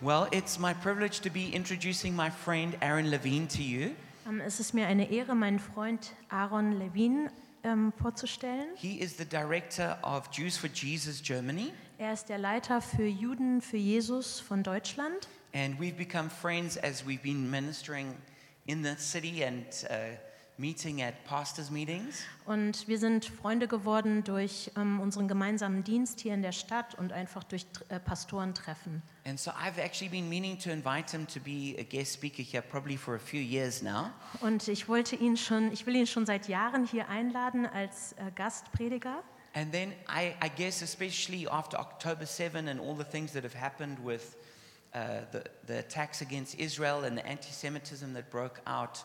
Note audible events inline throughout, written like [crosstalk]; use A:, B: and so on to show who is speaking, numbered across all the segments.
A: Well, it's my privilege to be introducing my friend Aaron Levine to you.
B: Ähm, es ist mir eine Ehre, meinen Freund Aaron Levin ähm, vorzustellen.
A: He is the director of Jews for Jesus Germany,
B: Er ist der Leiter für Juden für Jesus von Deutschland.
A: and we've become friends as we've been ministering in the city and uh, meeting at pastors' meetings.
B: Und wir sind Freunde geworden durch ähm, unseren gemeinsamen Dienst hier in der Stadt und einfach durch äh, Pastorentreffen.
A: And so I've actually been meaning to invite him to be a guest speaker here probably for a few years now.
B: Und ich wollte ihn schon, ich will ihn schon seit Jahren hier einladen als äh, Gastprediger.
A: And then I, I guess, especially after October 7 and all the things that have happened with uh, the, the attacks against Israel and the anti Semitism that broke out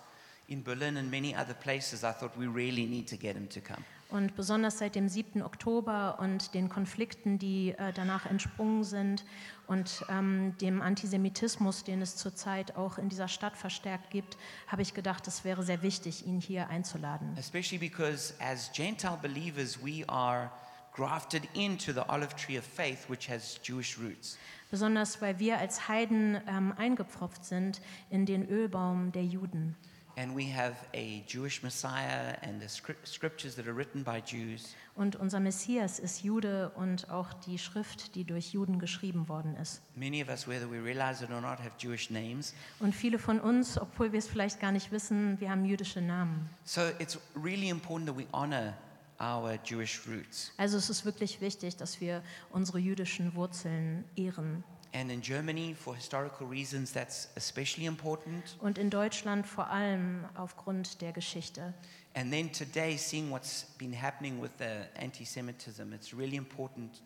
A: in Berlin and many other places, I thought we really need to get him to come.
B: Und besonders seit dem 7. Oktober und den Konflikten, die äh, danach entsprungen sind und ähm, dem Antisemitismus, den es zurzeit auch in dieser Stadt verstärkt gibt, habe ich gedacht, es wäre sehr wichtig, ihn hier einzuladen.
A: Especially because as Gentile believers, we are grafted into the olive tree of faith, which has Jewish roots.
B: Besonders weil wir als Heiden ähm, eingepfropft sind in den Ölbaum der Juden.
A: And we have a Jewish Messiah and the scrip- scriptures that are written by Jews.
B: Und unser Messias ist Jude und auch die Schrift, die durch Juden geschrieben worden ist.
A: Many of us, whether we realize it or not, have Jewish names.
B: Und viele von uns, obwohl wir es vielleicht gar nicht wissen, wir haben jüdische Namen.
A: So it's really important that we honor our Jewish roots.
B: Also es ist wirklich wichtig, dass wir unsere jüdischen Wurzeln ehren.
A: And in Germany, for historical reasons, that's especially important.
B: Und in Deutschland vor allem aufgrund der Geschichte.
A: And then today, seeing what's been happening with the anti Semitism, it's really important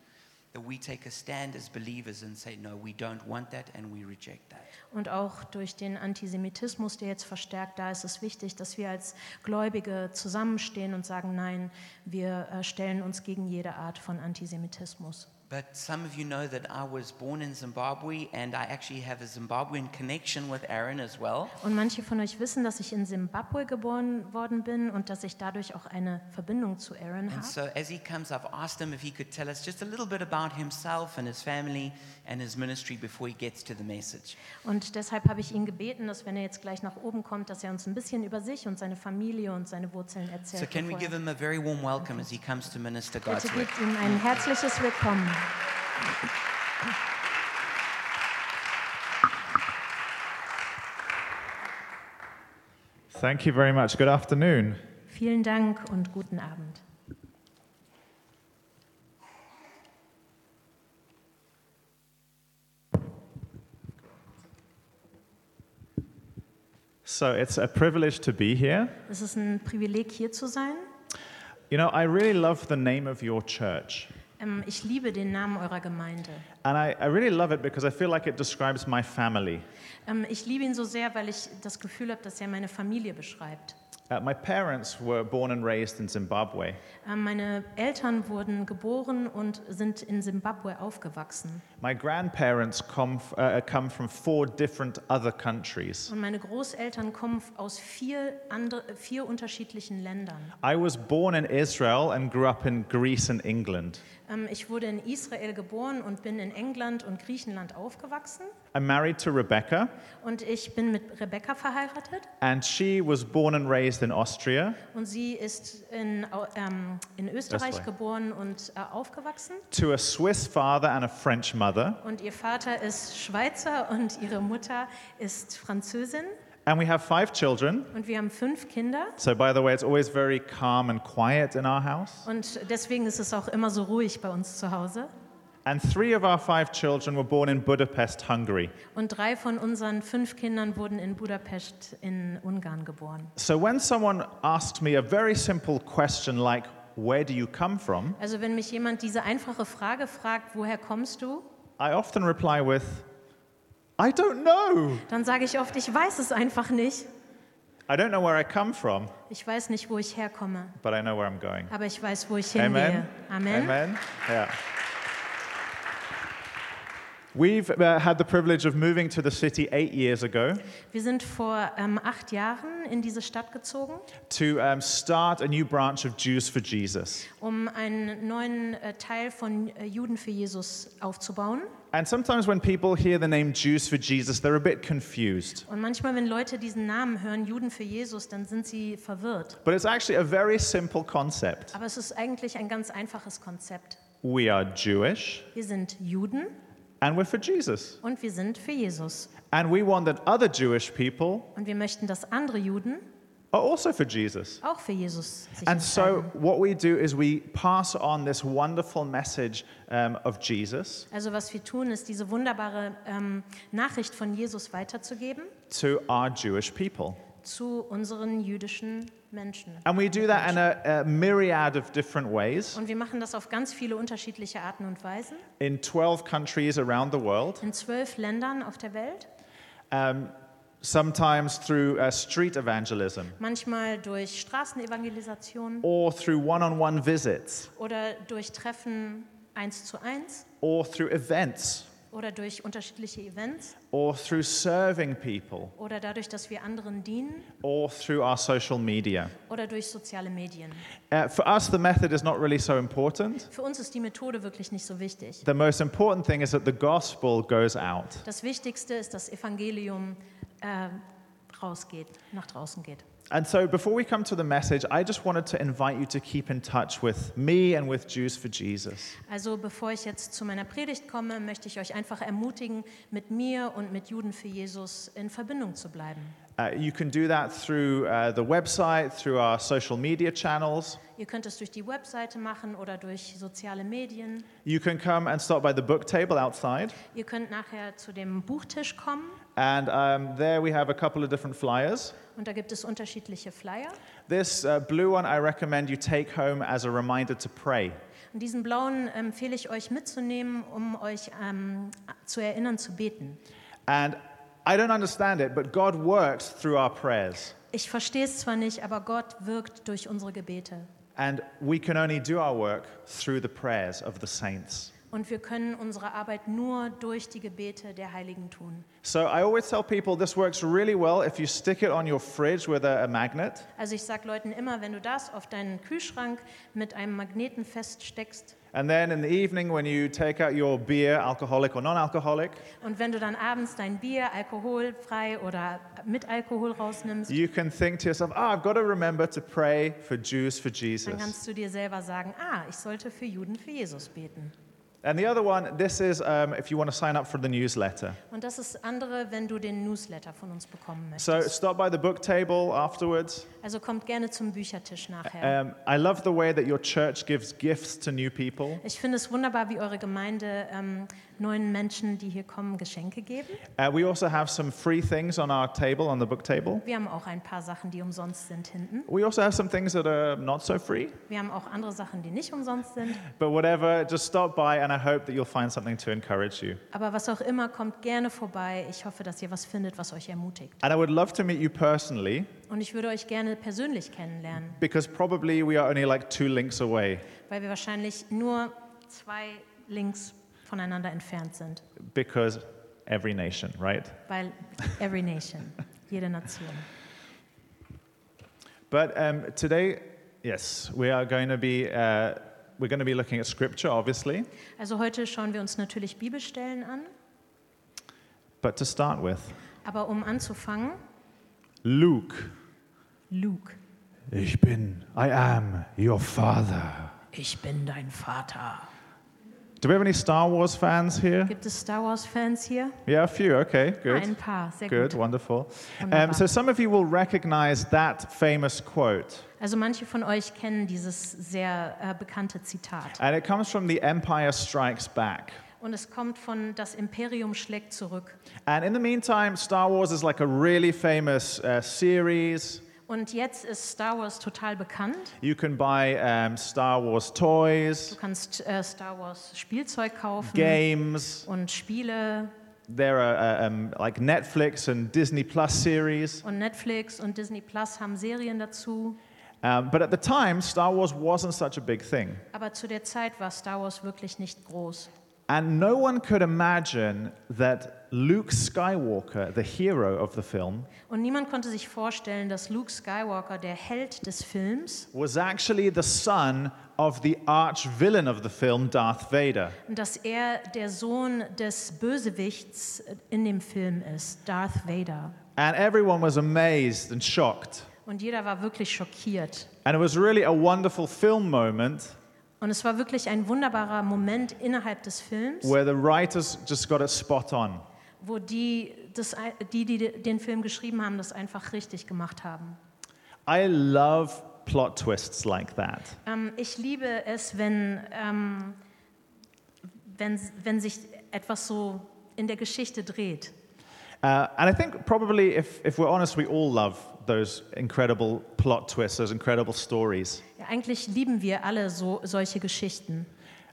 A: that we take a stand as believers and say, no, we don't want that and we reject that.
B: Und auch durch den Antisemitismus, der jetzt verstärkt da ist, ist wichtig, dass wir als Gläubige zusammenstehen und sagen, nein, wir äh, stellen uns gegen jede Art von Antisemitismus.
A: But some of you know that I was born in Zimbabwe and I actually have a Zimbabwean connection with Aaron as well.
B: Und manche von euch wissen, dass ich in Simbabwe geboren worden bin und dass ich dadurch auch eine Verbindung zu Aaron
A: And
B: habe.
A: so as he comes, I've asked him if he could tell us just a little bit about himself and his family and his ministry before he gets to the message.
B: Und deshalb habe ich ihn gebeten, dass wenn er jetzt gleich nach oben kommt, dass er uns ein bisschen über sich und seine Familie und seine Wurzeln erzählt.
A: So can we
B: bevor
A: give him a very warm welcome as he comes to minister
B: er- Bitte
A: God's word?
B: gebt ihm ein herzliches Willkommen.
C: Thank you very much. Good afternoon.
B: Vielen Dank und guten Abend.
C: So it's a privilege to be here.
B: Es ist ein Privileg, hier zu sein.
C: You know, I really love the name of your church.
B: Ähm, Ich liebe den Namen eurer Gemeinde.
C: And I, I really love it because I feel like it describes my family.
B: Ähm, Ich liebe ihn so sehr, weil ich das Gefühl habe, dass er meine Familie beschreibt.
C: Uh, my parents were born and raised in Zimbabwe,
B: Ähm, Meine Eltern wurden geboren und sind in Simbabwe aufgewachsen.
C: my grandparents come, f- uh, come from four different other countries.
B: Und meine Großeltern kommen aus vier, andere, vier unterschiedlichen Ländern.
C: I was born in Israel and grew up in Greece and England.
B: Ähm, Ich wurde in Israel geboren und bin in England und Griechenland aufgewachsen.
C: I'm married to Rebecca,
B: Und ich bin mit Rebecca verheiratet.
C: and she was born and raised in Austria.
B: Und sie ist in, Au- ähm, in Österreich
C: Österreich.
B: geboren und äh, aufgewachsen.
C: to a Swiss father and a French mother,
B: Und ihr Vater ist Schweizer und ihre Mutter ist Französin.
C: and we have five children.
B: Und wir haben fünf Kinder.
C: So, by the way, it's always very calm and quiet in our house.
B: Und deswegen ist es auch immer so ruhig bei uns zu Hause.
C: And three of our five children were born in Budapest, Hungary.
B: Und drei von unseren fünf Kindern wurden in Budapest in Ungarn geboren.
C: So, when someone asks me a very simple question like, Where do you come from?
B: Also wenn mich jemand diese einfache Frage fragt, woher kommst du?
C: I often reply with, I don't know.
B: Dann sage ich oft, ich weiß es einfach nicht.
C: I don't know where I come from,
B: Ich weiß nicht, wo ich herkomme,
C: but I know where I'm going.
B: aber ich weiß, wo ich
C: Amen.
B: hingehe. Amen.
C: Amen. Yeah. We've uh, had the privilege of moving to the city eight years ago.
B: Wir sind vor ähm, acht Jahren in diese Stadt gezogen,
C: to um, start a new branch of Jews for Jesus.
B: um einen neuen äh, Teil von äh, Juden für Jesus aufzubauen.
C: And sometimes when people hear the name Jews for Jesus, they're a bit confused.
B: Und manchmal, wenn Leute diesen Namen hören, Juden für Jesus, dann sind sie verwirrt.
C: But it's actually a very simple concept.
B: Aber es ist eigentlich ein ganz einfaches Konzept.
C: We are Jewish
B: Wir sind Juden
C: and we're for Jesus.
B: und wir sind für Jesus.
C: And we want that other Jewish people
B: Und wir möchten, dass andere Juden
C: are also for Jesus.
B: auch für Jesus sich
C: And so
B: entscheiden.
C: what we do is we pass on this wonderful message um, of Jesus
B: Also was wir tun, ist diese wunderbare ähm, Nachricht von Jesus weiterzugeben
C: to our Jewish people.
B: zu unseren jüdischen Menschen.
C: And we do that in a, a myriad of different ways
B: Und wir machen das auf ganz viele unterschiedliche Arten und Weisen,
C: in 12 countries around the world,
B: in zwölf Ländern auf der Welt,
C: sometimes through uh, street evangelism
B: manchmal durch Straßenevangelisation
C: or through one on one visits
B: oder durch Treffen eins zu eins
C: or through events
B: oder durch unterschiedliche Events
C: or through serving people
B: oder dadurch, dass wir anderen dienen
C: or through our social media.
B: oder durch soziale Medien.
C: Uh, for us, the method is not really so important.
B: Für uns ist die Methode wirklich nicht so wichtig.
C: The most important thing is that the gospel goes out.
B: Das Wichtigste ist, dass Evangelium äh, rausgeht, nach draußen geht.
C: And so, before we come to the message, I just wanted to invite you to keep in touch with me and with Jews for Jesus.
B: Also bevor ich jetzt zu meiner Predigt komme, möchte ich euch einfach ermutigen, mit mir und mit Juden für Jesus in Verbindung zu bleiben.
C: Uh, you can do that through uh, the website, through our social media channels.
B: Ihr könnt es durch die Webseite machen oder durch soziale Medien.
C: You can come and stop by the book table outside.
B: Ihr könnt nachher zu dem Buchtisch kommen
C: And um, there we have a couple of different flyers.
B: und da gibt es unterschiedliche Flyer.
C: This uh, blue one I recommend you take home as a reminder to pray.
B: Und diesen blauen empfehle ich euch mitzunehmen, um euch ähm, zu erinnern zu beten.
C: And I don't understand it, but God works through our prayers.
B: Ich verstehe es zwar nicht, aber Gott wirkt durch unsere Gebete.
C: And we can only do our work through the prayers of the saints.
B: Und wir können unsere Arbeit nur durch die Gebete der Heiligen tun.
C: So I always tell people this works really well if you stick it on your fridge with a, a magnet
B: Also ich sage Leuten immer, wenn du das auf deinen Kühlschrank mit einem Magneten feststeckst
C: And then in the evening, when you take out your beer, alcoholic or non alcoholic,
B: und wenn du dann abends dein Bier alkoholfrei oder mit Alkohol rausnimmst,
C: you can think to yourself, ah, I've got to remember to pray for Jews for
B: dann
C: Jesus.
B: kannst du dir selber sagen, ah, ich sollte für Juden für Jesus beten.
C: And the other one, this is um, if you want to sign up for the newsletter.
B: Und das ist andere, wenn du den Newsletter von uns bekommen
C: So
B: möchtest.
C: stop by the book table afterwards.
B: Also kommt gerne zum Büchertisch nachher.
C: Um, I love the way that your church gives gifts to new people.
B: Ich finde es wunderbar, wie eure Gemeinde ähm, neuen Menschen, die hier kommen, Geschenke geben.
C: Uh, we also have some free things on our table, on the book table.
B: Wir haben auch ein paar Sachen, die umsonst sind hinten.
C: We also have some things that are not so free.
B: Wir haben auch andere Sachen, die nicht umsonst sind.
C: But whatever, just stop by, and I hope that you'll find something to encourage you.
B: Aber was auch immer, kommt gerne vorbei. Ich hoffe, dass ihr was findet, was euch ermutigt.
C: And I would love to meet you personally.
B: Und ich würde euch gerne persönlich kennenlernen,
C: Because probably we are only like two links away,
B: weil wir wahrscheinlich nur zwei Links voneinander entfernt sind.
C: because every nation, right?
B: Weil every
C: [laughs]
B: nation, jede Nation.
C: But um, today, yes, we are going to be uh, we're going to be looking at scripture, obviously.
B: Also heute schauen wir uns natürlich Bibelstellen an.
C: But to start with,
B: Aber um anzufangen,
C: Luke.
B: Luke.
C: Ich bin, I am your father.
B: Ich bin dein Vater.
C: Do we have any Star Wars fans here?
B: Gibt es Star Wars-Fans hier?
C: Yeah, a few. Okay,
B: Ein
C: good.
B: paar, sehr
C: Good,
B: gut.
C: wonderful. Um,
B: Wunderbar.
C: so some of you will recognize that famous quote,
B: Also manche von euch kennen dieses sehr äh, bekannte Zitat.
C: and it comes from The Empire Strikes Back.
B: Und es kommt von Das Imperium schlägt zurück.
C: And in the meantime, Star Wars is like a really famous uh, series.
B: Und jetzt ist Star Wars total bekannt.
C: You can buy um, Star Wars
B: Du
C: toys,
B: kannst äh, Star Wars Spielzeug kaufen
C: games.
B: und Spiele
C: There are uh, um, like Netflix and Disney Plus series.
B: und Netflix und Disney Plus haben Serien dazu.
C: Um, but at the time, Star Wars wasn't such a big thing.
B: Aber zu der Zeit war Star Wars wirklich nicht groß.
C: And no one could imagine that Luke Skywalker, the hero of the film,
B: Und niemand konnte sich vorstellen, dass Luke Skywalker, der Held des Films,
C: was actually the son of the arch villain of the film, Darth Vader.
B: dass er der Sohn des Bösewichts in dem Film ist, Darth Vader.
C: And everyone was amazed and shocked.
B: Und jeder war wirklich schockiert.
C: And it was really a wonderful film moment
B: Und es war wirklich ein wunderbarer Moment innerhalb des Films,
C: where the writers just got it spot on.
B: wo die, das, ei- die, die den Film geschrieben haben, das einfach richtig gemacht haben.
C: I love plot twists like that.
B: Ähm, ich liebe es, wenn, ähm, wenn, wenn sich etwas so in der Geschichte dreht.
C: Uh, and I think probably, if, if we're honest, we all love those incredible plot twists, those incredible stories.
B: Ja, eigentlich lieben wir alle so, solche Geschichten.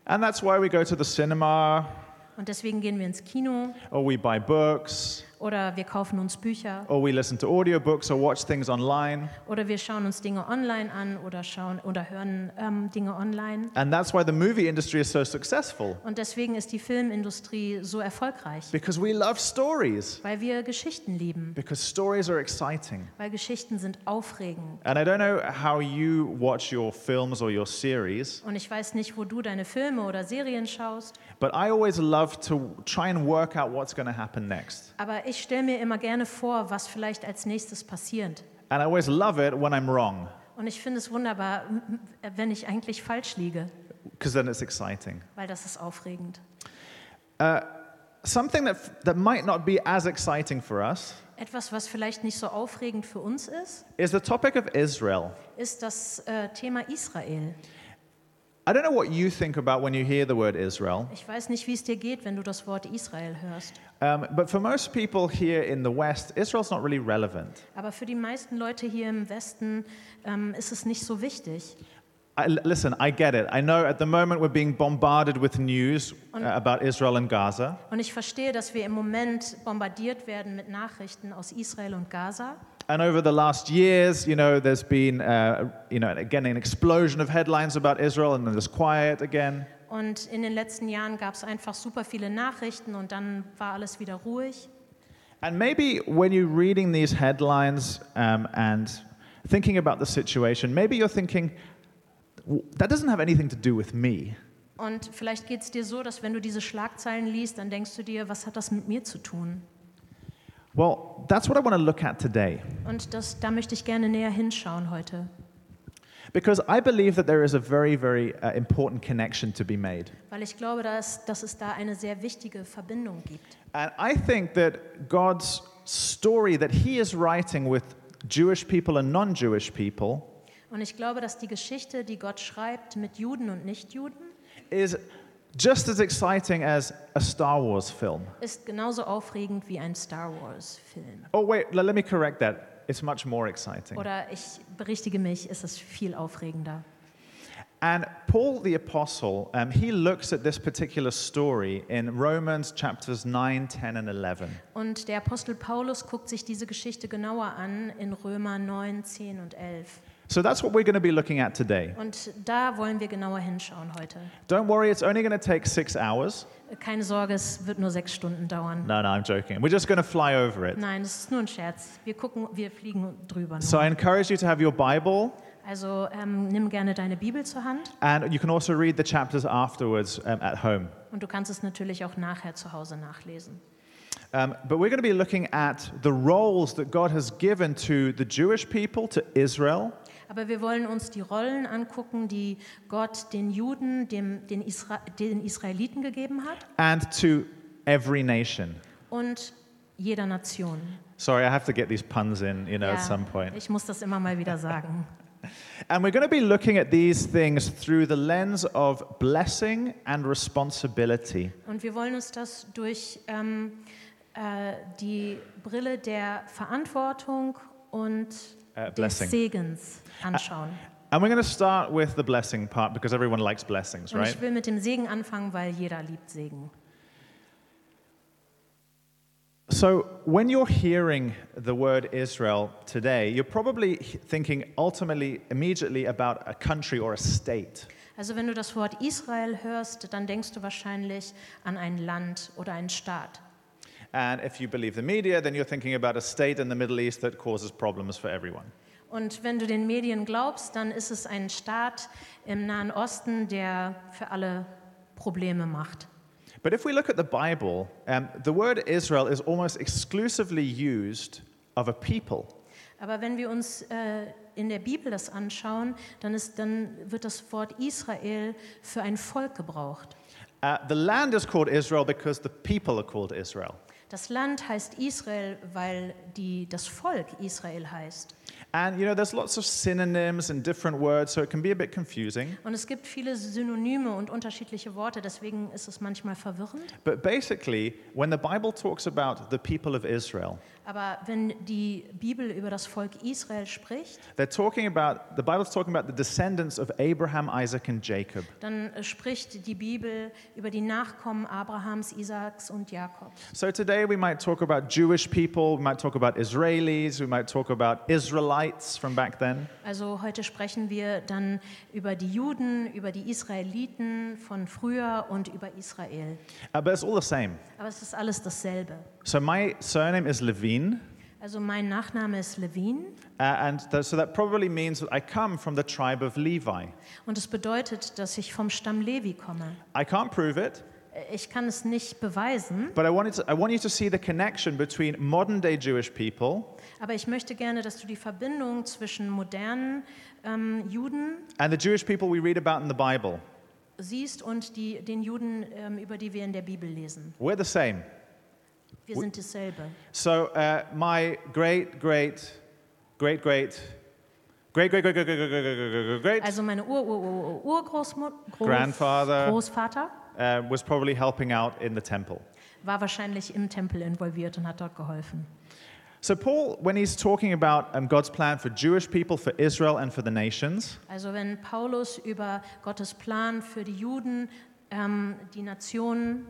C: And that's why we go to the cinema,
B: Und deswegen gehen wir ins Kino
C: or we buy books,
B: oder wir kaufen uns Bücher
C: or we listen to audiobooks, or watch things online.
B: oder wir schauen uns Dinge online an oder, schauen, oder hören ähm, Dinge online.
C: And that's why the movie industry is so successful,
B: Und deswegen ist die Filmindustrie so erfolgreich,
C: because we love stories,
B: weil wir Geschichten lieben,
C: because stories are exciting.
B: weil Geschichten sind aufregend.
C: And I don't know how you watch your films or your series,
B: Und ich weiß nicht, wo du deine Filme oder Serien schaust,
C: but I always love to try and work out what's going to happen next.
B: aber ich stelle mir immer gerne vor, was vielleicht als nächstes passiert.
C: And I always love it when I'm wrong,
B: Und ich finde es wunderbar, m- m- wenn ich eigentlich falsch liege,
C: because then it's exciting.
B: weil das ist aufregend.
C: Something that, that might not be as exciting for us
B: Etwas, was vielleicht nicht so aufregend für uns ist,
C: is the topic of Israel.
B: ist das äh, Thema Israel.
C: I don't know what you think about when you hear the word Israel,
B: Ich weiß nicht, wie es dir geht, wenn du das Wort Israel hörst.
C: um, but for most people here in the West, Israel's not really relevant.
B: Aber für die meisten Leute hier im Westen ähm, ist es nicht so wichtig.
C: I, l- listen, I get it. I know at the moment we're being bombarded with news uh, about Israel and Gaza,
B: Und ich verstehe, dass wir im Moment bombardiert werden mit Nachrichten aus Israel und Gaza.
C: and over the last years, you know, there's been, uh, you know, again an explosion of headlines about Israel, and then there's quiet again.
B: Und in den letzten Jahren gab es einfach super viele Nachrichten und dann war alles wieder ruhig.
C: And maybe when you're reading these headlines um, and thinking about the situation, maybe you're thinking, "W- that doesn't have anything to do with me.
B: Und vielleicht geht es dir so, dass wenn du diese Schlagzeilen liest, dann denkst du dir, was hat das mit mir zu tun?
C: Well, that's what I want to look at today,
B: Und das, da möchte ich gerne näher hinschauen heute,
C: because I believe that there is a very, very uh, important connection to be made.
B: weil ich glaube, dass, dass es da eine sehr wichtige Verbindung gibt.
C: And I think that God's story that He is writing with Jewish people and non Jewish people
B: Und ich glaube, dass die Geschichte, die Gott schreibt mit Juden und Nichtjuden,
C: is just as exciting as a Star Wars film.
B: ist genauso aufregend wie ein Star Wars-Film.
C: Oh, wait, le- let me correct that. It's much more exciting.
B: Oder ich berichtige mich, es ist viel aufregender.
C: And Paul the Apostle, um, he looks at this particular story in Romans chapters 9, 10, and 11.
B: Und der Apostel Paulus guckt sich diese Geschichte genauer an in Römer 9, 10 und 11.
C: So that's what we're going to be looking at today.
B: Und da wollen wir genauer hinschauen heute.
C: Don't worry, it's only going to take six hours.
B: Keine Sorge, es wird nur sechs Stunden dauern.
C: No, no, I'm joking. We're just going to fly over it.
B: Nein, es ist nur ein Scherz. Wir gucken, wir fliegen drüber.
C: So
B: Nur.
C: I encourage you to have your Bible,
B: Also ähm, nimm gerne deine Bibel zur Hand
C: and you can also read the chapters afterwards um, at home.
B: und du kannst es natürlich auch nachher zu Hause nachlesen.
C: Um, but we're going to be looking at the roles that God has given to the Jewish people, to Israel,
B: Aber wir wollen uns die Rollen angucken, die Gott den Juden, dem, den, Isra den Israeliten gegeben hat
C: and to every nation.
B: und jeder Nation.
C: Sorry, I have to get these puns in, you know,
B: Ja,
C: at some point.
B: Ich muss das immer mal wieder sagen.
C: And we're going to be looking at these things through the lens of blessing and responsibility.
B: Und wir wollen uns das durch ähm, äh, die Brille der Verantwortung und
C: Uh,
B: des
C: blessing.
B: Segens anschauen.
C: And we're going to start with the blessing part because everyone likes blessings,
B: Und
C: right?
B: ich will mit dem Segen anfangen, weil jeder liebt Segen.
C: So, when you're hearing the word Israel today, you're probably thinking ultimately, immediately about a country or a state.
B: Also wenn du das Wort Israel hörst, dann denkst du wahrscheinlich an ein Land oder einen Staat.
C: And if you believe the media, then you're thinking about a state in the Middle East that causes problems for everyone.
B: Und wenn du den Medien glaubst, dann ist es ein Staat im Nahen Osten, der für alle Probleme macht.
C: But if we look at the Bible, um, the word Israel is almost exclusively used of a people.
B: Aber wenn wir uns äh, in der Bibel das anschauen, dann, ist, dann wird das Wort Israel für ein Volk gebraucht.
C: Uh, the land is called Israel because the people are called Israel.
B: Das Land heißt Israel, weil die, das Volk Israel heißt.
C: And you know, there's lots of synonyms and different words, so it can be a bit confusing.
B: Und es gibt viele Synonyme und unterschiedliche Worte, deswegen ist es manchmal verwirrend.
C: But basically, when the Bible talks about the people of Israel,
B: Aber wenn die Bibel über das Volk Israel spricht,
C: they're talking about, the Bible's talking about the descendants of Abraham, Isaac, and Jacob.
B: dann äh, spricht die Bibel über die Nachkommen Abrahams, Isaaks und Jakobs.
C: So today we might talk about Jewish people, we might talk about Israelis, we might talk about Israelites from back then.
B: Also heute sprechen wir dann über die Juden, über die Israeliten von früher und über Israel.
C: Uh, but it's all the same.
B: Aber es ist alles dasselbe.
C: So my surname is Levine,
B: Also mein Nachname ist Levin
C: uh, and th- so that probably means that I come from the tribe of Levi.
B: und es bedeutet, dass ich vom Stamm Levi komme.
C: I can't prove it,
B: Äh, Ich kann es nicht beweisen,
C: but I, wanted to, I want you to see the connection between modern day Jewish people
B: aber ich möchte gerne, dass du die Verbindung zwischen modernen ähm, Juden
C: and the Jewish people we read about in the Bible.
B: siehst und die, den Juden, ähm, über die wir in der Bibel lesen.
C: We're the same.
B: Wir sind dasselbe.
C: So uh, my great, great, great, great, great, great, great, great, great, great, great, great, great, great
B: Also meine Ur Ur Ur Urgroßmutter,
C: Grandfather.
B: Großvater
C: uh, was probably helping out in the temple.
B: war wahrscheinlich im Tempel involviert und hat dort geholfen.
C: So Paul, when he's talking about um, God's plan for Jewish people, for Israel, and for the nations,
B: Also wenn Paulus über Gottes Plan für die Juden, ähm, die Nationen,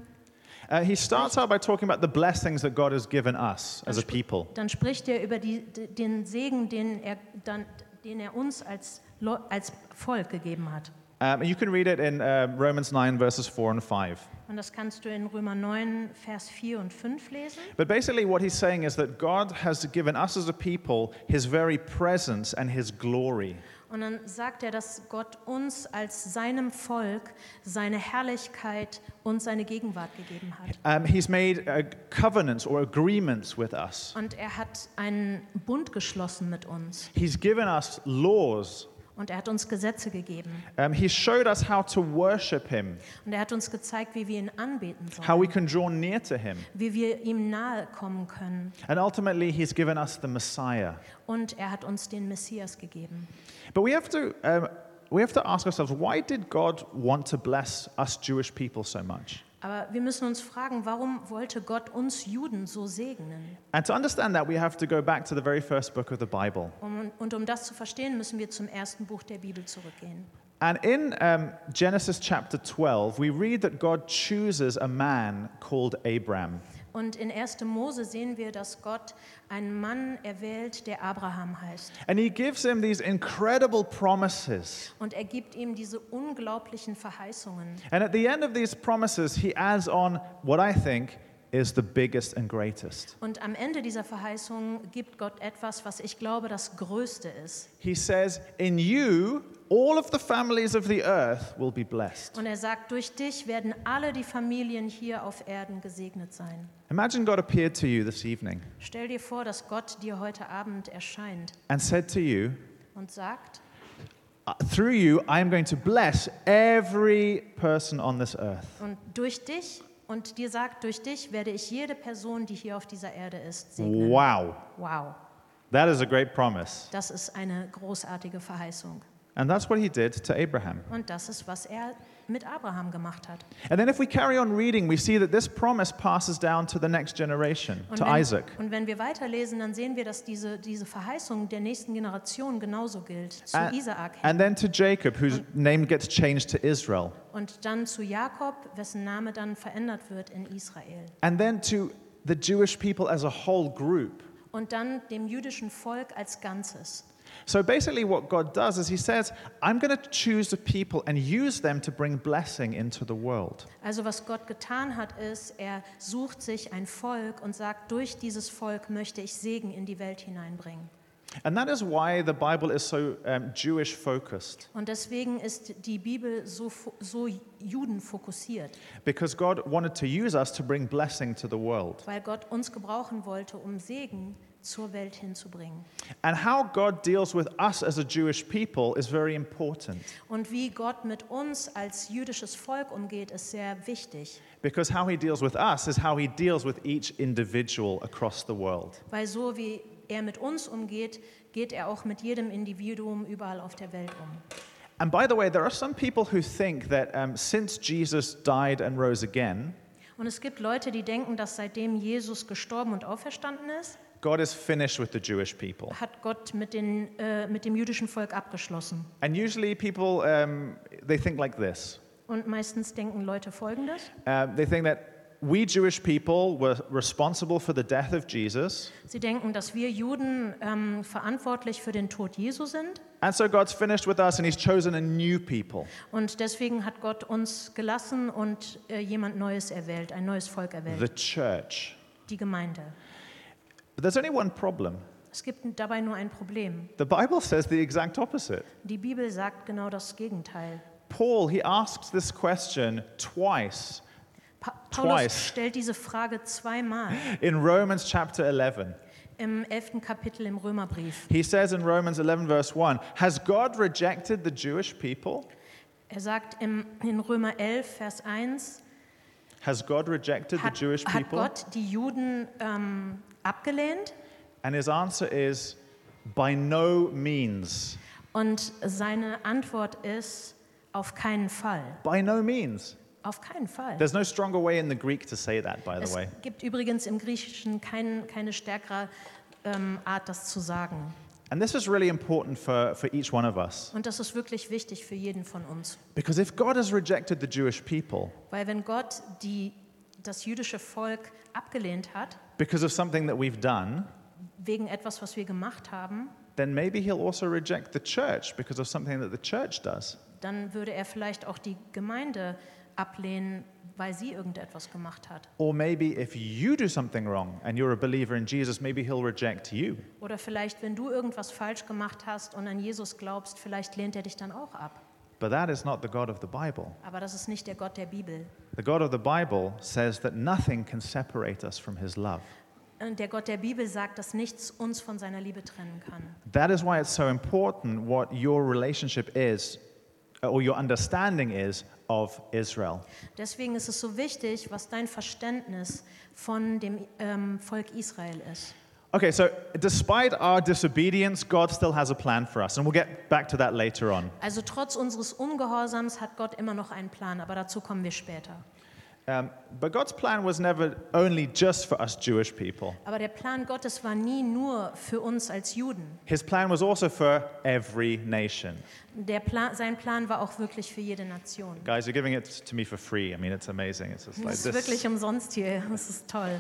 C: uh, he starts out by talking about the blessings that God has given us as a people.
B: dann spricht er über die, d- den Segen, den er, dann, den er uns als, Leu- als Volk gegeben hat.
C: Um, and you can read it in uh, Romans 9, verses 4 and 5.
B: Und das kannst du in Römer 9, Vers 4 und 5 lesen.
C: But basically, what he's saying is that God has given us as a people his very presence and his glory.
B: Und dann sagt er, dass Gott uns als seinem Volk seine Herrlichkeit und seine Gegenwart gegeben hat.
C: Um, he's made uh, covenants or agreements with us.
B: Und er hat einen Bund geschlossen mit uns.
C: He's given us laws.
B: Und er hat uns Gesetze gegeben.
C: Um, he showed us how to worship him,
B: Und er hat uns gezeigt, wie wir ihn anbeten
C: how
B: sollen,
C: we can draw near to him.
B: wie wir ihm nahe kommen können.
C: And ultimately, he's given us the Messiah.
B: Und er hat uns den Messias gegeben.
C: But we have to. Um, we have to ask ourselves, why did God want to bless us Jewish people so much?
B: Aber wir müssen uns fragen, warum wollte Gott uns Juden so segnen?
C: And to understand that, we have to go back to the very first book of the Bible.
B: Um, und um das zu verstehen, müssen wir zum ersten Buch der Bibel zurückgehen.
C: And in um, Genesis chapter 12, we read that God chooses a man called Abram.
B: Und in 1. Mose sehen wir, dass Gott einen Mann erwählt, der Abraham heißt.
C: And he gives him these incredible promises.
B: Und er gibt ihm diese unglaublichen Verheißungen.
C: And at the end of these promises, he adds on what I think is the biggest and greatest.
B: Und am Ende dieser Verheißung gibt Gott etwas, was ich glaube, das Größte ist.
C: He says, In you, all of the families of the earth will be blessed.
B: Und er sagt, durch dich werden alle die Familien hier auf Erden gesegnet sein.
C: Imagine God appeared to you this evening
B: Stell dir vor, dass Gott dir heute Abend erscheint
C: and said to you,
B: und sagt,
C: "Uh, Through you, I am going to bless every person on this earth.
B: und durch dich, und dir sagt, durch dich werde ich jede Person, die hier auf dieser Erde ist, segnen.
C: Wow,
B: Wow.
C: that is a great promise.
B: Das ist eine großartige Verheißung.
C: And that's what he did to Abraham.
B: Und das ist, was er mit Abraham gemacht hat.
C: And then if we carry on reading, we see that this promise passes down to the next generation,
B: Und
C: to
B: wenn,
C: Isaac.
B: und wenn wir weiterlesen, dann sehen wir, dass diese, diese Verheißung der nächsten Generation genauso gilt, zu
C: Ah,
B: Isaak hin
C: And then to Jacob, whose name gets changed to Israel.
B: und dann zu Jakob, wessen Name dann verändert wird in Israel.
C: And then to the Jewish people as a whole group.
B: Und dann dem jüdischen Volk als Ganzes.
C: So basically, what God does is He says, I'm going to choose the people and use them to bring blessing into the world.
B: Also was Gott getan hat, ist, er sucht sich ein Volk und sagt, durch dieses Volk möchte ich Segen in die Welt hineinbringen.
C: And that is why the Bible is so um, Jewish focused,
B: Und deswegen ist die Bibel so, fo- so Juden fokussiert,
C: because God wanted to use us to bring blessing to the world.
B: weil Gott uns gebrauchen wollte, um Segen zur Welt hinzubringen.
C: And how God deals with us as a Jewish people is very important,
B: Und wie Gott mit uns als jüdisches Volk umgeht, ist sehr wichtig,
C: because how He deals with us is how He deals with each individual across the world.
B: weil so wie er mit uns umgeht, geht er auch mit jedem Individuum überall auf der Welt um.
C: And by the way, there are some people who think that um, since Jesus died and rose again,
B: Und es gibt Leute, die denken, dass seitdem Jesus gestorben und auferstanden ist,
C: God is finished with the Jewish people.
B: hat Gott mit, den, äh, mit dem jüdischen Volk abgeschlossen.
C: And usually people, um, they think like this.
B: Und meistens denken Leute Folgendes.
C: Uh, they think that we Jewish people were responsible for the death of Jesus,
B: Sie denken, dass wir Juden ähm, verantwortlich für den Tod Jesu sind.
C: and so God's finished with us and He's chosen a new people.
B: Und deswegen hat Gott uns gelassen und äh, jemand Neues erwählt, ein neues Volk
C: the
B: erwählt,
C: church.
B: die Gemeinde.
C: But there's only one problem.
B: Es gibt dabei nur ein Problem.
C: The Bible says the exact opposite.
B: Die Bibel sagt genau das Gegenteil.
C: Paul, he asks this question twice
B: Pa Paulus
C: Twice.
B: stellt diese Frage zweimal
C: in Romans chapter 11.
B: im 11. Kapitel im Römerbrief.
C: He says in Romans 11, verse 1, Has God rejected the Jewish people?
B: Er sagt im, in Römer 11, Vers 1,
C: Has God rejected
B: hat,
C: the Jewish
B: hat
C: people?
B: Gott die Juden ähm, abgelehnt?
C: And his answer is, By no means.
B: Und seine Antwort ist, auf keinen Fall.
C: By no means.
B: Auf keinen Fall.
C: There's no stronger way in the Greek to say that, by the
B: Es
C: way.
B: gibt übrigens im Griechischen kein, keine stärkere ähm, Art, das zu sagen.
C: And this is really important for, for each one of us.
B: Und das ist wirklich wichtig für jeden von uns.
C: Because if God has rejected the Jewish people
B: Weil wenn Gott die, das jüdische Volk abgelehnt hat,
C: because of something that we've done,
B: wegen etwas, was wir gemacht haben,
C: then maybe he'll also reject the church because of something that the church does.
B: dann würde er vielleicht auch die Gemeinde ablehnen, weil sie irgendetwas gemacht hat.
C: Or maybe if you do something wrong and you're a believer in Jesus, maybe he'll reject you.
B: Oder vielleicht, wenn du irgendwas falsch gemacht hast und an Jesus glaubst, vielleicht lehnt er dich dann auch ab.
C: But that is not the God of the Bible.
B: Aber das ist nicht der Gott der Bibel.
C: The God of the Bible says that nothing can separate us from his love.
B: Und Äh, der Gott der Bibel sagt, dass nichts uns von seiner Liebe trennen kann.
C: That is why it's so important what your relationship is or your understanding is of Israel.
B: Deswegen ist es so wichtig, was dein Verständnis von dem ähm, Volk Israel ist.
C: Okay, so despite our disobedience, God still has a plan for us, and we'll get back to that later on.
B: Also trotz unseres Ungehorsams hat Gott immer noch einen Plan, aber dazu kommen wir später.
C: Um, but God's plan was never only just for us Jewish people,
B: Aber der Plan Gottes war nie nur für uns als Juden.
C: His plan was also for every nation.
B: Der Plan, sein Plan war auch wirklich für jede Nation.
C: Guys, you're giving it to me for free. I mean, it's amazing. It's just like
B: Das ist
C: this.
B: wirklich umsonst hier. Das ist toll.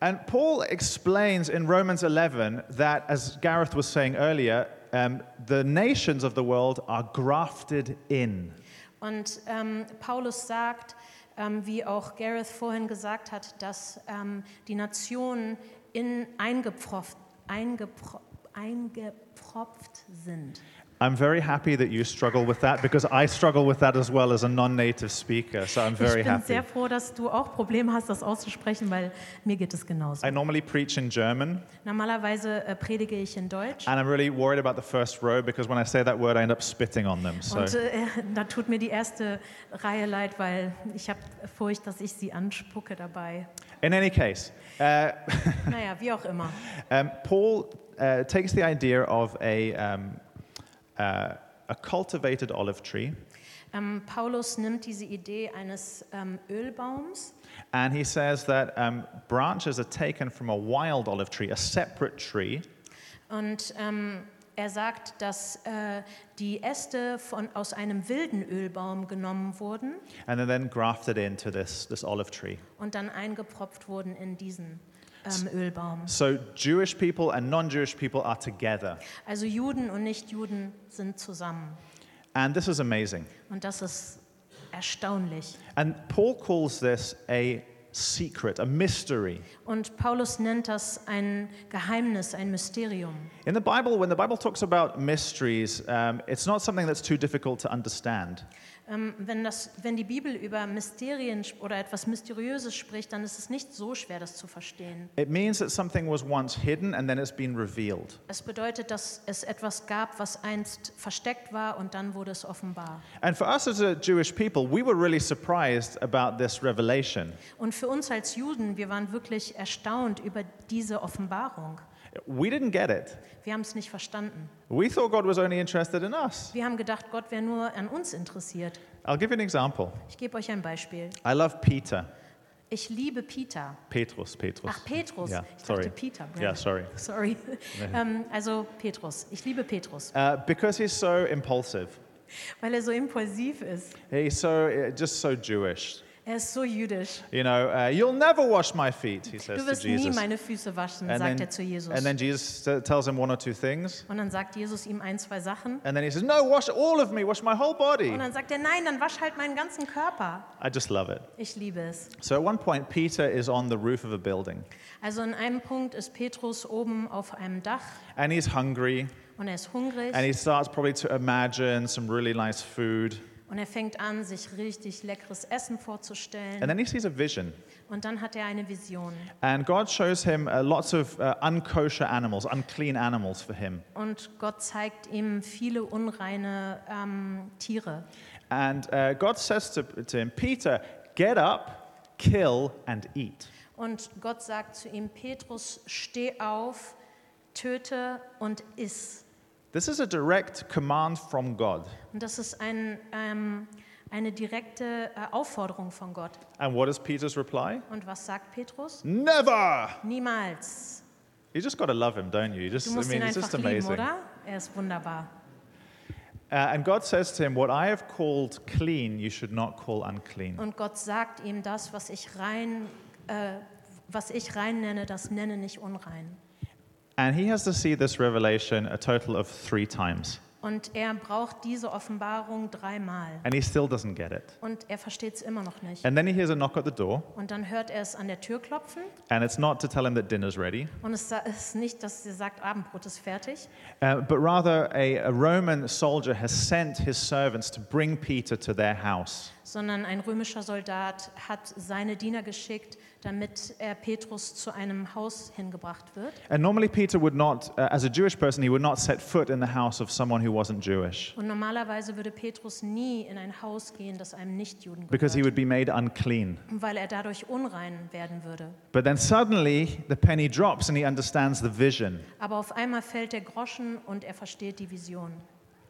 C: And Paul explains in Romans 11 that, as Gareth was saying earlier, um, the nations of the world are grafted in.
B: Und ähm, Paulus sagt, ähm, wie auch Gareth vorhin gesagt hat, dass ähm, die Nationen in eingepfropft, eingepro, eingepropft sind.
C: I'm very happy that you struggle with that because I struggle with that as well as a non native speaker. So I'm very
B: ich bin
C: happy.
B: sehr froh, dass du auch Probleme hast, das auszusprechen, weil mir geht es genauso.
C: I normally preach in German,
B: Normalerweise äh, predige ich in Deutsch
C: and I'm really worried about the first row because when I say that word, I end up spitting on them. So
B: und äh, [laughs] da tut mir die erste Reihe leid, weil ich habe Furcht, dass ich sie anspucke dabei.
C: in any case, uh,
B: Naja, wie auch immer.
C: Um, Paul uh, takes the idea of a, um, uh, a cultivated olive tree
B: Ähm, Paulus nimmt diese Idee eines ähm, Ölbaums
C: and he says that um, branches are taken from a wild olive tree, a separate tree,
B: und ähm, er sagt, dass äh, die Äste von, aus einem wilden Ölbaum genommen wurden
C: and are then grafted into this, this olive tree.
B: und dann eingepropft wurden in diesen ähm, Ölbaum.
C: So Jewish people and non Jewish people are together.
B: Also Juden und Nichtjuden sind zusammen.
C: And this is amazing.
B: Und das ist erstaunlich.
C: And Paul calls this a secret, a mystery.
B: Und Paulus nennt das ein Geheimnis, ein Mysterium.
C: In the Bible, when the Bible talks about mysteries, um, it's not something that's too difficult to understand.
B: Ähm, wenn, das, wenn die Bibel über Mysterien sp- oder etwas Mysteriöses spricht, dann ist es nicht so schwer, das zu verstehen.
C: It means that something was once hidden and then it's been revealed.
B: Es bedeutet, dass es etwas gab, was einst versteckt war und dann wurde es offenbar.
C: And for us as a Jewish people, we were really surprised about this revelation.
B: Und für uns als Juden, wir waren wirklich erstaunt über diese Offenbarung.
C: We didn't get it.
B: Wir haben es nicht verstanden.
C: We thought God was only interested in us.
B: Wir haben gedacht, Gott wäre nur an uns interessiert.
C: I'll give you an example.
B: Ich gebe euch ein Beispiel.
C: I love Peter.
B: Ich liebe Peter.
C: Petrus, Petrus.
B: Ach, Ah, Petrus.
C: Yeah,
B: ich
C: sorry.
B: dachte Peter.
C: Yeah, sorry.
B: [laughs] Sorry. ähm, also Petrus. Ich liebe Petrus,
C: Uh, because he's so impulsive.
B: weil er so impulsiv ist.
C: He's so uh, just so Jewish.
B: Er ist so jüdisch.
C: You know, uh, you'll never wash my feet, he says
B: Du
C: to
B: wirst nie
C: Jesus.
B: meine Füße waschen,
C: And
B: sagt
C: then,
B: er zu Jesus.
C: and then Jesus uh, tells him one or two things.
B: Und dann sagt Jesus ihm ein, zwei Sachen.
C: And then he says, No, wash all of me, wash my whole body.
B: Und dann sagt er, nein, dann wasch halt meinen ganzen Körper.
C: I just love it.
B: Ich liebe es.
C: So at one point, Peter is on the roof of a building
B: Also an einem Punkt ist Petrus oben auf einem Dach
C: and he's hungry
B: und er ist hungrig
C: and he starts probably to imagine some really nice food.
B: und er fängt an, sich richtig leckeres Essen vorzustellen.
C: And then he sees a vision.
B: Und dann hat er eine Vision.
C: And God shows him uh, lots of uh, unkosher animals, unclean animals for him.
B: Und Gott zeigt ihm viele unreine ähm, Tiere.
C: And uh, God says to, to him, Peter, get up, kill, and eat.
B: Und Gott sagt zu ihm, Petrus, steh auf, töte und iss.
C: This is a direct command from God.
B: Und das ist ein, ähm, eine direkte äh, Aufforderung von Gott.
C: And what is Peter's reply?
B: Und was sagt Petrus?
C: Never!
B: Niemals.
C: You just got to love him, don't you? You just,
B: Du
C: I
B: musst ihn
C: mean, it's
B: einfach
C: just
B: lieben,
C: amazing. Uh,
B: oder? Er ist wunderbar.
C: and God says to him, What I have called clean, you should not call unclean.
B: Und Gott sagt ihm das, was ich rein, äh, was ich rein nenne, das nenne nicht unrein.
C: And he has to see this revelation a total of three times.
B: Und er braucht diese Offenbarung dreimal.
C: And he still doesn't get it.
B: Und er versteht es immer noch nicht.
C: And then he hears a knock at the door,
B: Und dann hört er es an der Tür klopfen.
C: and it's not to tell him that dinner's ready,
B: Und es sa- ist nicht, dass sie sagt, Abendbrot ist fertig,
C: uh, but rather a, a Roman soldier has sent his servants to bring Peter to their house.
B: sondern ein römischer Soldat hat seine Diener geschickt, damit er Petrus zu einem Haus hingebracht wird.
C: And normally, Peter would not, uh, as a Jewish person, he would not set foot in the house of someone who wasn't Jewish
B: Und normalerweise würde Petrus nie in ein Haus gehen, das einem Nichtjuden
C: because he
B: gehört,
C: would be made unclean.
B: weil er dadurch unrein werden würde.
C: But then suddenly the penny drops and he understands the vision.
B: Aber auf einmal fällt der Groschen und er versteht die Vision.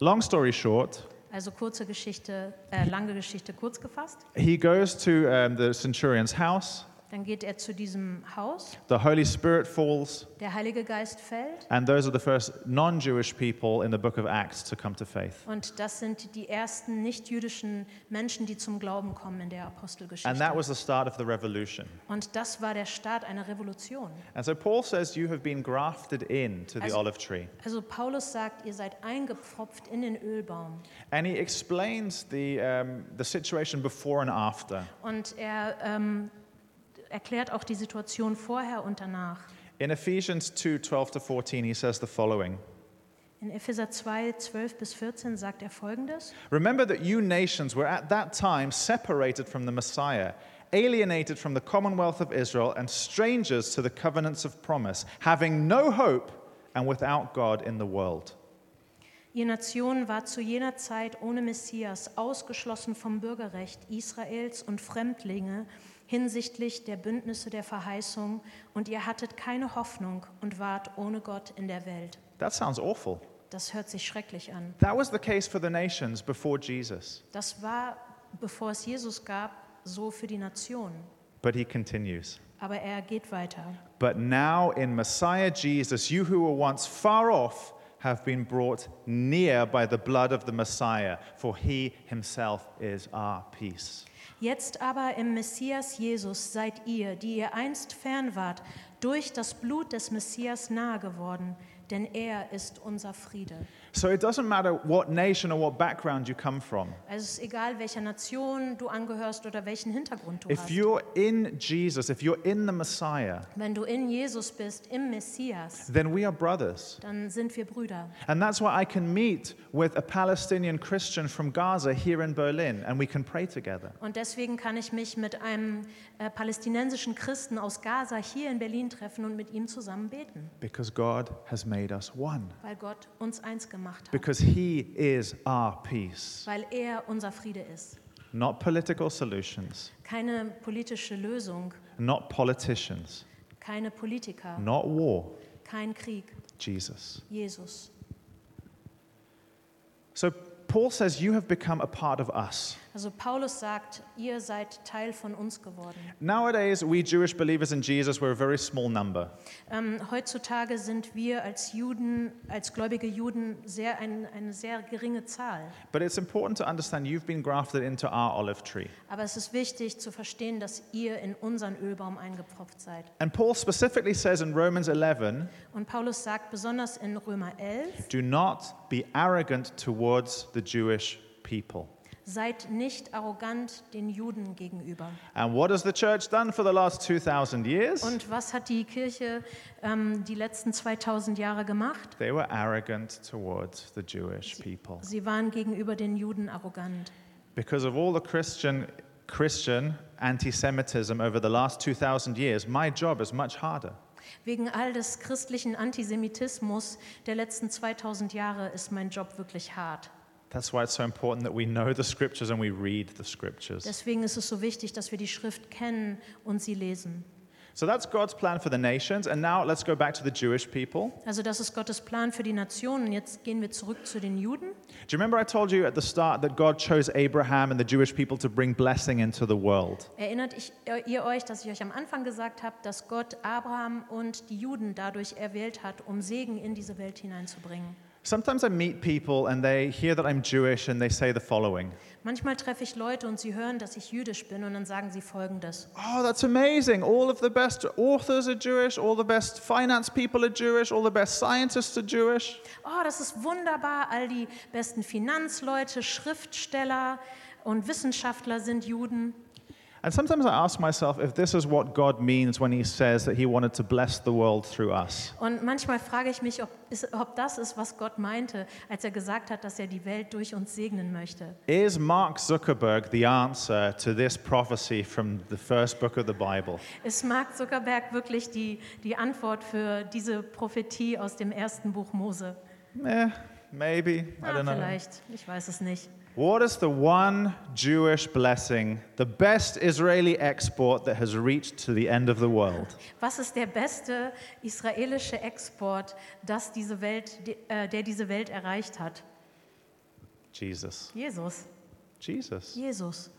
C: Long story short,
B: Also kurze Geschichte, äh, lange Geschichte kurz gefasst.
C: he goes to um, the centurion's house,
B: Dann geht er zu diesem Haus,
C: the Holy Spirit falls,
B: der Heilige Geist fällt
C: and those are the first non Jewish people in the book of Acts to come to faith.
B: und das sind die ersten nichtjüdischen Menschen, die zum Glauben kommen in der
C: And that
B: Apostelgeschichte.
C: was the start of the revolution.
B: Und das war der Start einer Revolution.
C: And so Paul says, You have been grafted in to the
B: As-
C: olive tree.
B: Also Paulus sagt, ihr seid eingepfropft in den Ölbaum.
C: And he explains the, um, the situation before and after.
B: Und er ähm, erklärt auch die Situation vorher und danach.
C: In Ephesians 2 12 to 14, he says the following.
B: In Epheser 2, 12 bis 14 sagt er folgendes.
C: Remember that you nations were at that time separated from the Messiah, alienated from the commonwealth of Israel, and strangers to the covenants of promise, having no hope and without God in the world.
B: Ihr Nation war zu jener Zeit ohne Messias ausgeschlossen vom Bürgerrecht Israels und Fremdlinge hinsichtlich der Bündnisse der Verheißung und ihr hattet keine Hoffnung und wart ohne Gott in der Welt.
C: That sounds awful.
B: Das hört sich schrecklich an.
C: That was the case for the nations before Jesus.
B: Das war, bevor es Jesus gab, so für die Nation.
C: But he continues.
B: Aber er geht weiter.
C: But now in Messiah Jesus, you who were once far off have been brought near by the blood of the Messiah, for he himself is our peace.
B: Jetzt aber im Messias Jesus seid ihr, die ihr einst fern wart, durch das Blut des Messias nahe geworden, denn er ist unser Friede.
C: So it doesn't matter what nation or what background you come from.
B: Also es ist egal, welcher Nation du angehörst oder welchen Hintergrund du
C: If
B: hast.
C: you're in Jesus, if you're in the Messiah,
B: Wenn du in Jesus bist, im Messias,
C: then we are brothers.
B: dann sind wir Brüder.
C: And that's why I can meet with a Palestinian Christian from Gaza here in Berlin and we can pray together.
B: Und deswegen kann ich mich mit einem äh, palästinensischen Christen aus Gaza hier in Berlin treffen und mit ihm zusammen beten,
C: Because God has made us one.
B: weil Gott uns eins gemacht hat,
C: Because He is our peace,
B: weil er unser Friede ist.
C: not political solutions,
B: Keine politische Lösung,
C: not politicians,
B: keine Politiker,
C: not war,
B: kein Krieg,
C: Jesus.
B: Jesus.
C: So Paul says, You have become a part of us.
B: Also Paulus sagt, ihr seid Teil von uns geworden.
C: Nowadays, we Jewish believers in Jesus, we're a very small number.
B: Ähm, heutzutage sind wir als Juden, als gläubige Juden, sehr ein, eine sehr geringe Zahl.
C: But it's important to understand you've been grafted into our olive tree.
B: Aber es ist wichtig zu verstehen, dass ihr in unseren Ölbaum eingepfropft seid.
C: And Paul specifically says in Romans 11,
B: Und Paulus sagt besonders in Römer 11,
C: Do not be arrogant towards the Jewish people.
B: seid nicht arrogant den Juden gegenüber.
C: And what has the church done for the last 2,000 years?
B: Und was hat die Kirche ähm, die letzten 2000 Jahre gemacht?
C: They were arrogant towards the Jewish people.
B: Sie waren gegenüber den Juden arrogant.
C: Because of all the Christian, Christian anti Semitism over the last 2,000 years, my job is much harder.
B: Wegen all des christlichen Antisemitismus der letzten 2000 Jahre ist mein Job wirklich hart.
C: That's why it's so important that we know the scriptures and we read the scriptures.
B: Deswegen ist es so wichtig, dass wir die Schrift kennen und sie lesen.
C: So that's God's plan for the nations. And now let's go back to the Jewish people.
B: Also das ist Gottes Plan für die Nationen. Jetzt gehen wir zurück zu den Juden.
C: Do you remember I told you at the start that God chose Abraham and the Jewish people to bring blessing into the world?
B: Erinnert ich, äh, ihr euch, dass ich euch am Anfang gesagt habe, dass Gott Abraham und die Juden dadurch erwählt hat, um Segen in diese Welt hineinzubringen?
C: Sometimes I meet people and they hear that I'm Jewish and they say the following
B: Manchmal treffe ich Leute und sie hören, dass ich jüdisch bin und dann sagen sie folgendes.
C: Oh, that's amazing. All of the best authors are Jewish, all the best finance people are Jewish, all the best scientists are Jewish.
B: Oh, das ist wunderbar, all die besten Finanzleute, Schriftsteller und Wissenschaftler sind Juden.
C: And sometimes I ask myself if this is what God means when he says that he wanted to bless the world through us.
B: Und manchmal frage ich mich, ob, ist, ob das ist, was Gott meinte, als er gesagt hat, dass er die Welt durch uns segnen möchte.
C: Is Mark Zuckerberg the answer to this prophecy from the first book of the Bible?
B: Ist Mark Zuckerberg wirklich die, die Antwort für diese Prophetie aus dem ersten Buch Mose?
C: Eh, maybe. I
B: Ah,
C: don't know.
B: vielleicht, ich weiß es nicht.
C: What is the one Jewish blessing, the best Israeli export that has reached to the end of the world?
B: Was ist der beste israelische Export, das diese Welt, die, äh, der diese Welt erreicht hat?
C: Jesus.
B: Jesus.
C: Jesus.
B: Jesus.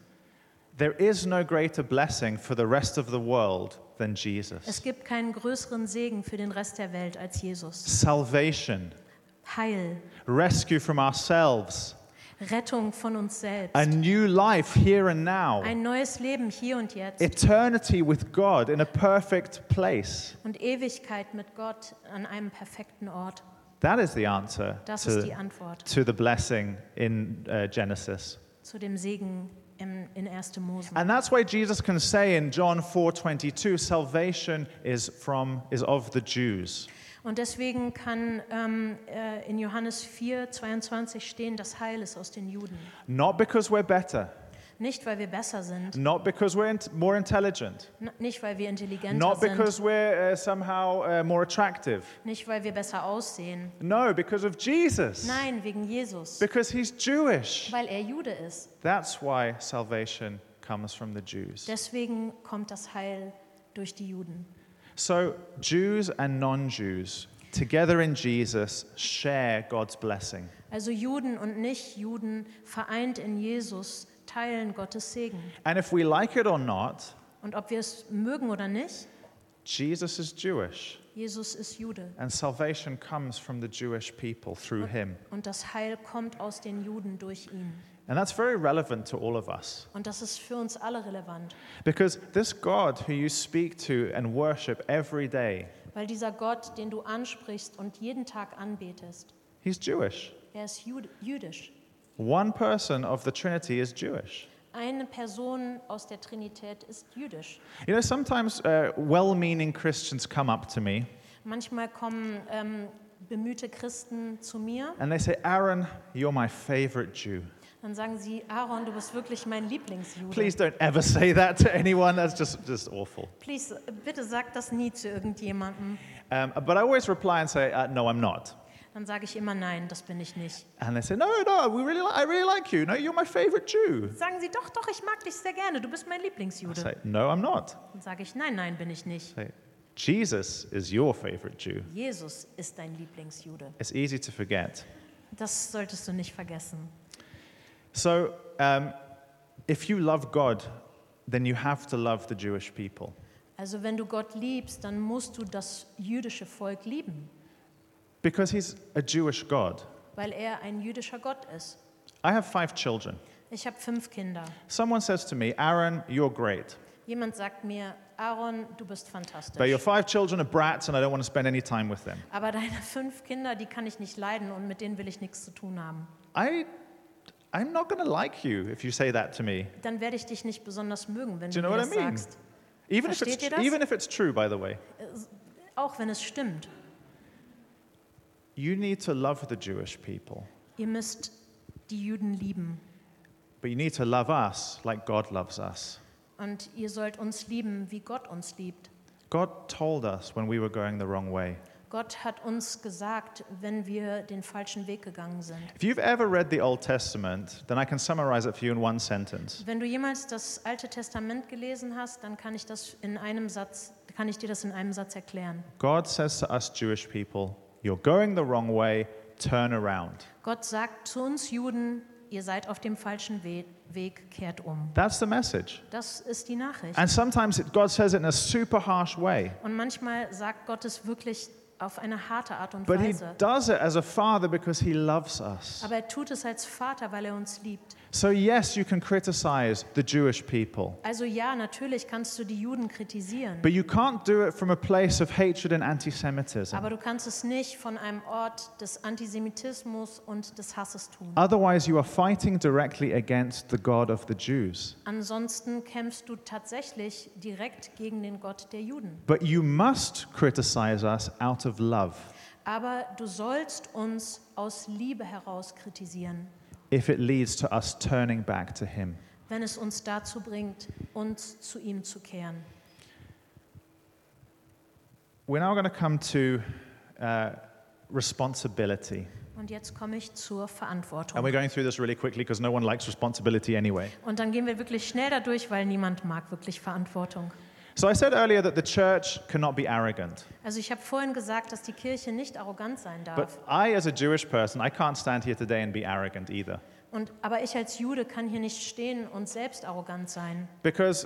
C: There is no greater blessing for the rest of the world than
B: Es
C: Jesus.
B: gibt keinen größeren Segen für den Rest der Welt als Jesus.
C: Salvation,
B: Heil,
C: rescue from ourselves,
B: Rettung von uns selbst,
C: a new life here and now,
B: ein neues Leben hier und jetzt
C: eternity with God in a perfect place.
B: und Ewigkeit mit Gott an einem perfekten Ort.
C: That is the answer
B: Das ist die
C: to,
B: Antwort.
C: to the blessing in uh, Genesis.
B: zu dem Segen im, in 1. Mose.
C: And that's why Jesus can say in John 4:22, salvation is from is of the Jews.
B: Und deswegen kann ähm, äh, in Johannes 4, 22 stehen, das Heil ist aus den Juden.
C: Not because we're better,
B: Nicht, weil wir besser sind,
C: not because we're int- more intelligent,
B: n- nicht, weil wir intelligenter
C: not
B: sind,
C: because we're uh, somehow uh, more attractive.
B: nicht, weil wir besser aussehen.
C: No, because of Jesus.
B: Nein, wegen Jesus,
C: Because he's Jewish.
B: weil er Jude ist.
C: That's why salvation comes from the Jews.
B: Deswegen kommt das Heil durch die Juden.
C: So, Jews and non-Jews together in Jesus share God's blessing.
B: Also Juden und Nicht-Juden vereint in Jesus teilen Gottes Segen.
C: And if we like it or not,
B: Und ob wir es mögen oder nicht,
C: Jesus is Jewish.
B: Jesus ist Jude.
C: And salvation comes from the Jewish people through him.
B: Und das Heil kommt aus den Juden durch ihn.
C: And that's very relevant to all of us
B: Und das ist für uns alle relevant,
C: because this God who you speak to and worship every day,
B: weil dieser Gott, den du ansprichst und jeden Tag anbetest,
C: he's Jewish.
B: er ist Jud- jüdisch.
C: One person of the Trinity is Jewish.
B: Eine Person aus der Trinität ist jüdisch.
C: You know, sometimes uh, well meaning Christians come up to me
B: Manchmal kommen ähm, bemühte Christen zu mir,
C: and they say, Aaron, you're my favorite Jew.
B: dann sagen sie, Aaron, du bist wirklich mein Lieblingsjude.
C: Please don't ever [laughs] say that to anyone. That's just, just awful.
B: Please, äh, bitte sag das nie zu irgendjemandem.
C: Um, but I always reply and say, uh, No, I'm not.
B: Dann sage ich immer, nein, das bin ich nicht.
C: And they say, No, no, we really li- I really like you. No, you're my favorite Jew.
B: Sagen sie, doch, doch, ich mag dich sehr gerne, du bist mein
C: I
B: Lieblingsjude.
C: say, No, I'm not.
B: Dann sage ich, nein, nein, bin ich nicht.
C: I say, Jesus is your favorite Jew.
B: Jesus ist dein Lieblingsjude.
C: It's easy to forget.
B: Das solltest du nicht vergessen.
C: So, um, if you love God, then you have to love the Jewish people.
B: Also wenn du Gott liebst, dann musst du das jüdische Volk lieben,
C: Because he's a Jewish God.
B: weil er ein jüdischer Gott ist.
C: I have five children.
B: Ich habe fünf Kinder.
C: Someone says to me, Aaron, you're great,
B: Jemand sagt mir, Aaron, du bist
C: but your
B: fantastisch.
C: five children are brats and I don't want to spend any time with them.
B: Aber deine fünf Kinder, die kann ich nicht leiden und mit denen will ich nichts zu tun haben.
C: I, I'm not going to like you if you say that to me.
B: Dann werde ich dich nicht besonders mögen, wenn
C: Do
B: du
C: you know
B: mir
C: what I
B: das
C: mean?
B: sagst.
C: Even if,
B: Versteht ihr
C: it's,
B: das?
C: even if it's true, by the way.
B: Auch wenn es stimmt.
C: You need to love the Jewish people,
B: Ihr müsst die Juden lieben.
C: but you need to love us like God loves us.
B: Und ihr sollt uns lieben, wie Gott uns liebt.
C: God told us when we were going the wrong way.
B: Gott hat uns gesagt, wenn wir den falschen Weg gegangen sind.
C: If you've ever read the Old Testament, then I can summarize it for you in one sentence.
B: Wenn du jemals das Alte Testament gelesen hast, dann kann ich das in einem Satz, kann ich dir das in einem Satz erklären.
C: God says to us Jewish people, You're going the wrong way, turn around.
B: Gott sagt zu uns Juden, ihr seid auf dem falschen We Weg, kehrt um.
C: That's the message.
B: Das ist die Nachricht.
C: And sometimes it, God says it in a super harsh way,
B: Und manchmal sagt Gott es wirklich auf eine harte Art und
C: but He
B: Weise.
C: does it as a father because He loves us.
B: Aber er tut es als Vater, weil er uns liebt.
C: So, yes, you can criticize the Jewish people,
B: Also ja, natürlich kannst du die Juden kritisieren,
C: but you can't do it from a place of hatred and anti Semitism.
B: aber du kannst es nicht von einem Ort des Antisemitismus und des Hasses tun.
C: Otherwise, you are fighting directly against the God of the Jews.
B: Ansonsten kämpfst du tatsächlich direkt gegen den Gott der Juden.
C: But you must criticize us out of love
B: Aber du sollst uns aus Liebe heraus kritisieren,
C: if it leads to us turning back to Him.
B: wenn es uns dazu bringt, uns zu ihm zu kehren.
C: We're now going to come to uh, responsibility.
B: Und jetzt komme ich zur
C: And
B: Verantwortung.
C: we're going through this really quickly because no one likes responsibility anyway.
B: Und dann gehen wir wirklich schnell dadurch, weil niemand mag wirklich Verantwortung.
C: So I said earlier that the church cannot be arrogant.
B: Also ich habe vorhin gesagt, dass die Kirche nicht arrogant sein
C: But
B: darf.
C: I, as a Jewish person, I can't stand here today and be arrogant either.
B: Und, aber ich als Jude kann hier nicht stehen und selbst arrogant sein.
C: Because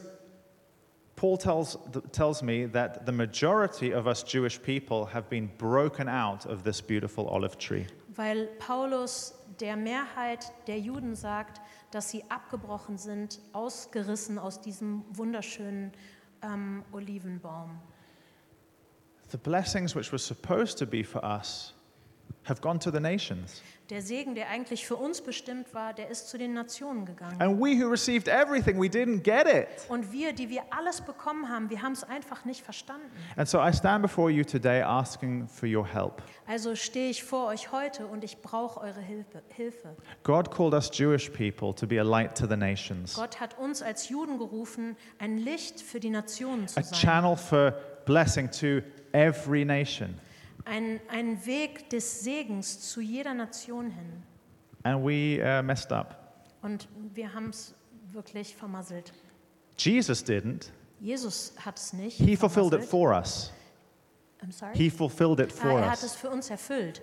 C: Paul tells, tells me that the majority of us Jewish people have been broken out of this beautiful olive tree.
B: Weil Paulus der Mehrheit der Juden sagt, dass sie abgebrochen sind, ausgerissen aus diesem wunderschönen ähm, Olivenbaum.
C: The blessings which were supposed to be for us have gone to the nations.
B: Der Segen, der eigentlich für uns bestimmt war, der ist zu den Nationen gegangen.
C: And we who received everything, we didn't get it.
B: Und wir, die wir alles bekommen haben, wir haben es einfach nicht verstanden.
C: And so I stand before you today asking for your help.
B: Also stehe ich vor euch heute und ich brauche eure Hilfe. Hilfe.
C: God called us Jewish people to be a light to the nations,
B: Gott hat uns als Juden gerufen, ein Licht für die Nationen
C: a
B: zu sein.
C: channel for blessing to every nation.
B: Ein, ein Weg des Segens zu jeder Nation hin.
C: And we uh, messed up.
B: Und wir haben es wirklich vermasselt.
C: Jesus didn't.
B: Jesus hat es nicht.
C: He fulfilled it
B: vermasselt.
C: for us.
B: I'm sorry.
C: He fulfilled it
B: ah,
C: for
B: er hat es
C: us.
B: für uns erfüllt.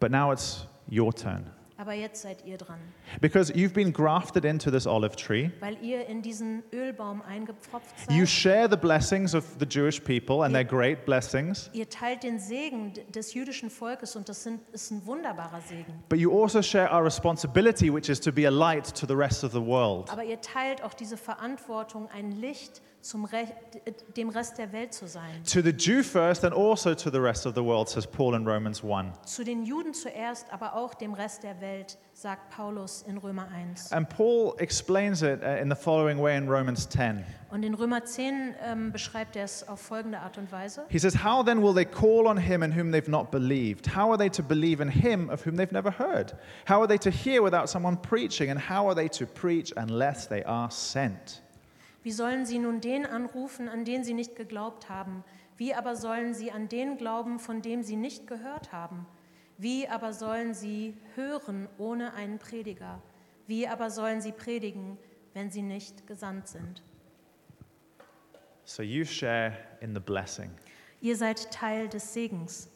C: But now it's your turn.
B: Aber jetzt seid ihr dran,
C: because you've been grafted into this olive tree.
B: weil ihr in diesen Ölbaum eingepfropft
C: You
B: seid.
C: share the blessings of the Jewish people and their great blessings,
B: Ihr teilt den Segen d- des jüdischen Volkes und das sind, ist ein wunderbarer Segen.
C: but you also share our responsibility, which is to be a light to the rest of the world.
B: Aber ihr teilt auch diese Verantwortung, ein Licht zum Re d- dem Rest der Welt zu sein.
C: To the Jew first and also to the rest of the world, says Paul in Romans 1.
B: Zu den Juden zuerst, aber auch dem Rest der Welt, sagt Paulus in Römer 1.
C: And Paul explains it uh, in the following way in Romans 10.
B: Und in Römer 10 ähm, beschreibt er es auf folgende Art und Weise.
C: He says, How then will they call on him in whom they've not believed? How are they to believe in him of whom they've never heard? How are they to hear without someone preaching? And how are they to preach unless they are sent?
B: Wie sollen sie nun den anrufen, an den sie nicht geglaubt haben? Wie aber sollen sie an den glauben, von dem sie nicht gehört haben? Wie aber sollen sie hören ohne einen Prediger? Wie aber sollen sie predigen, wenn sie nicht gesandt sind?
C: So you share in the blessing,
B: Ihr seid Teil des Segens,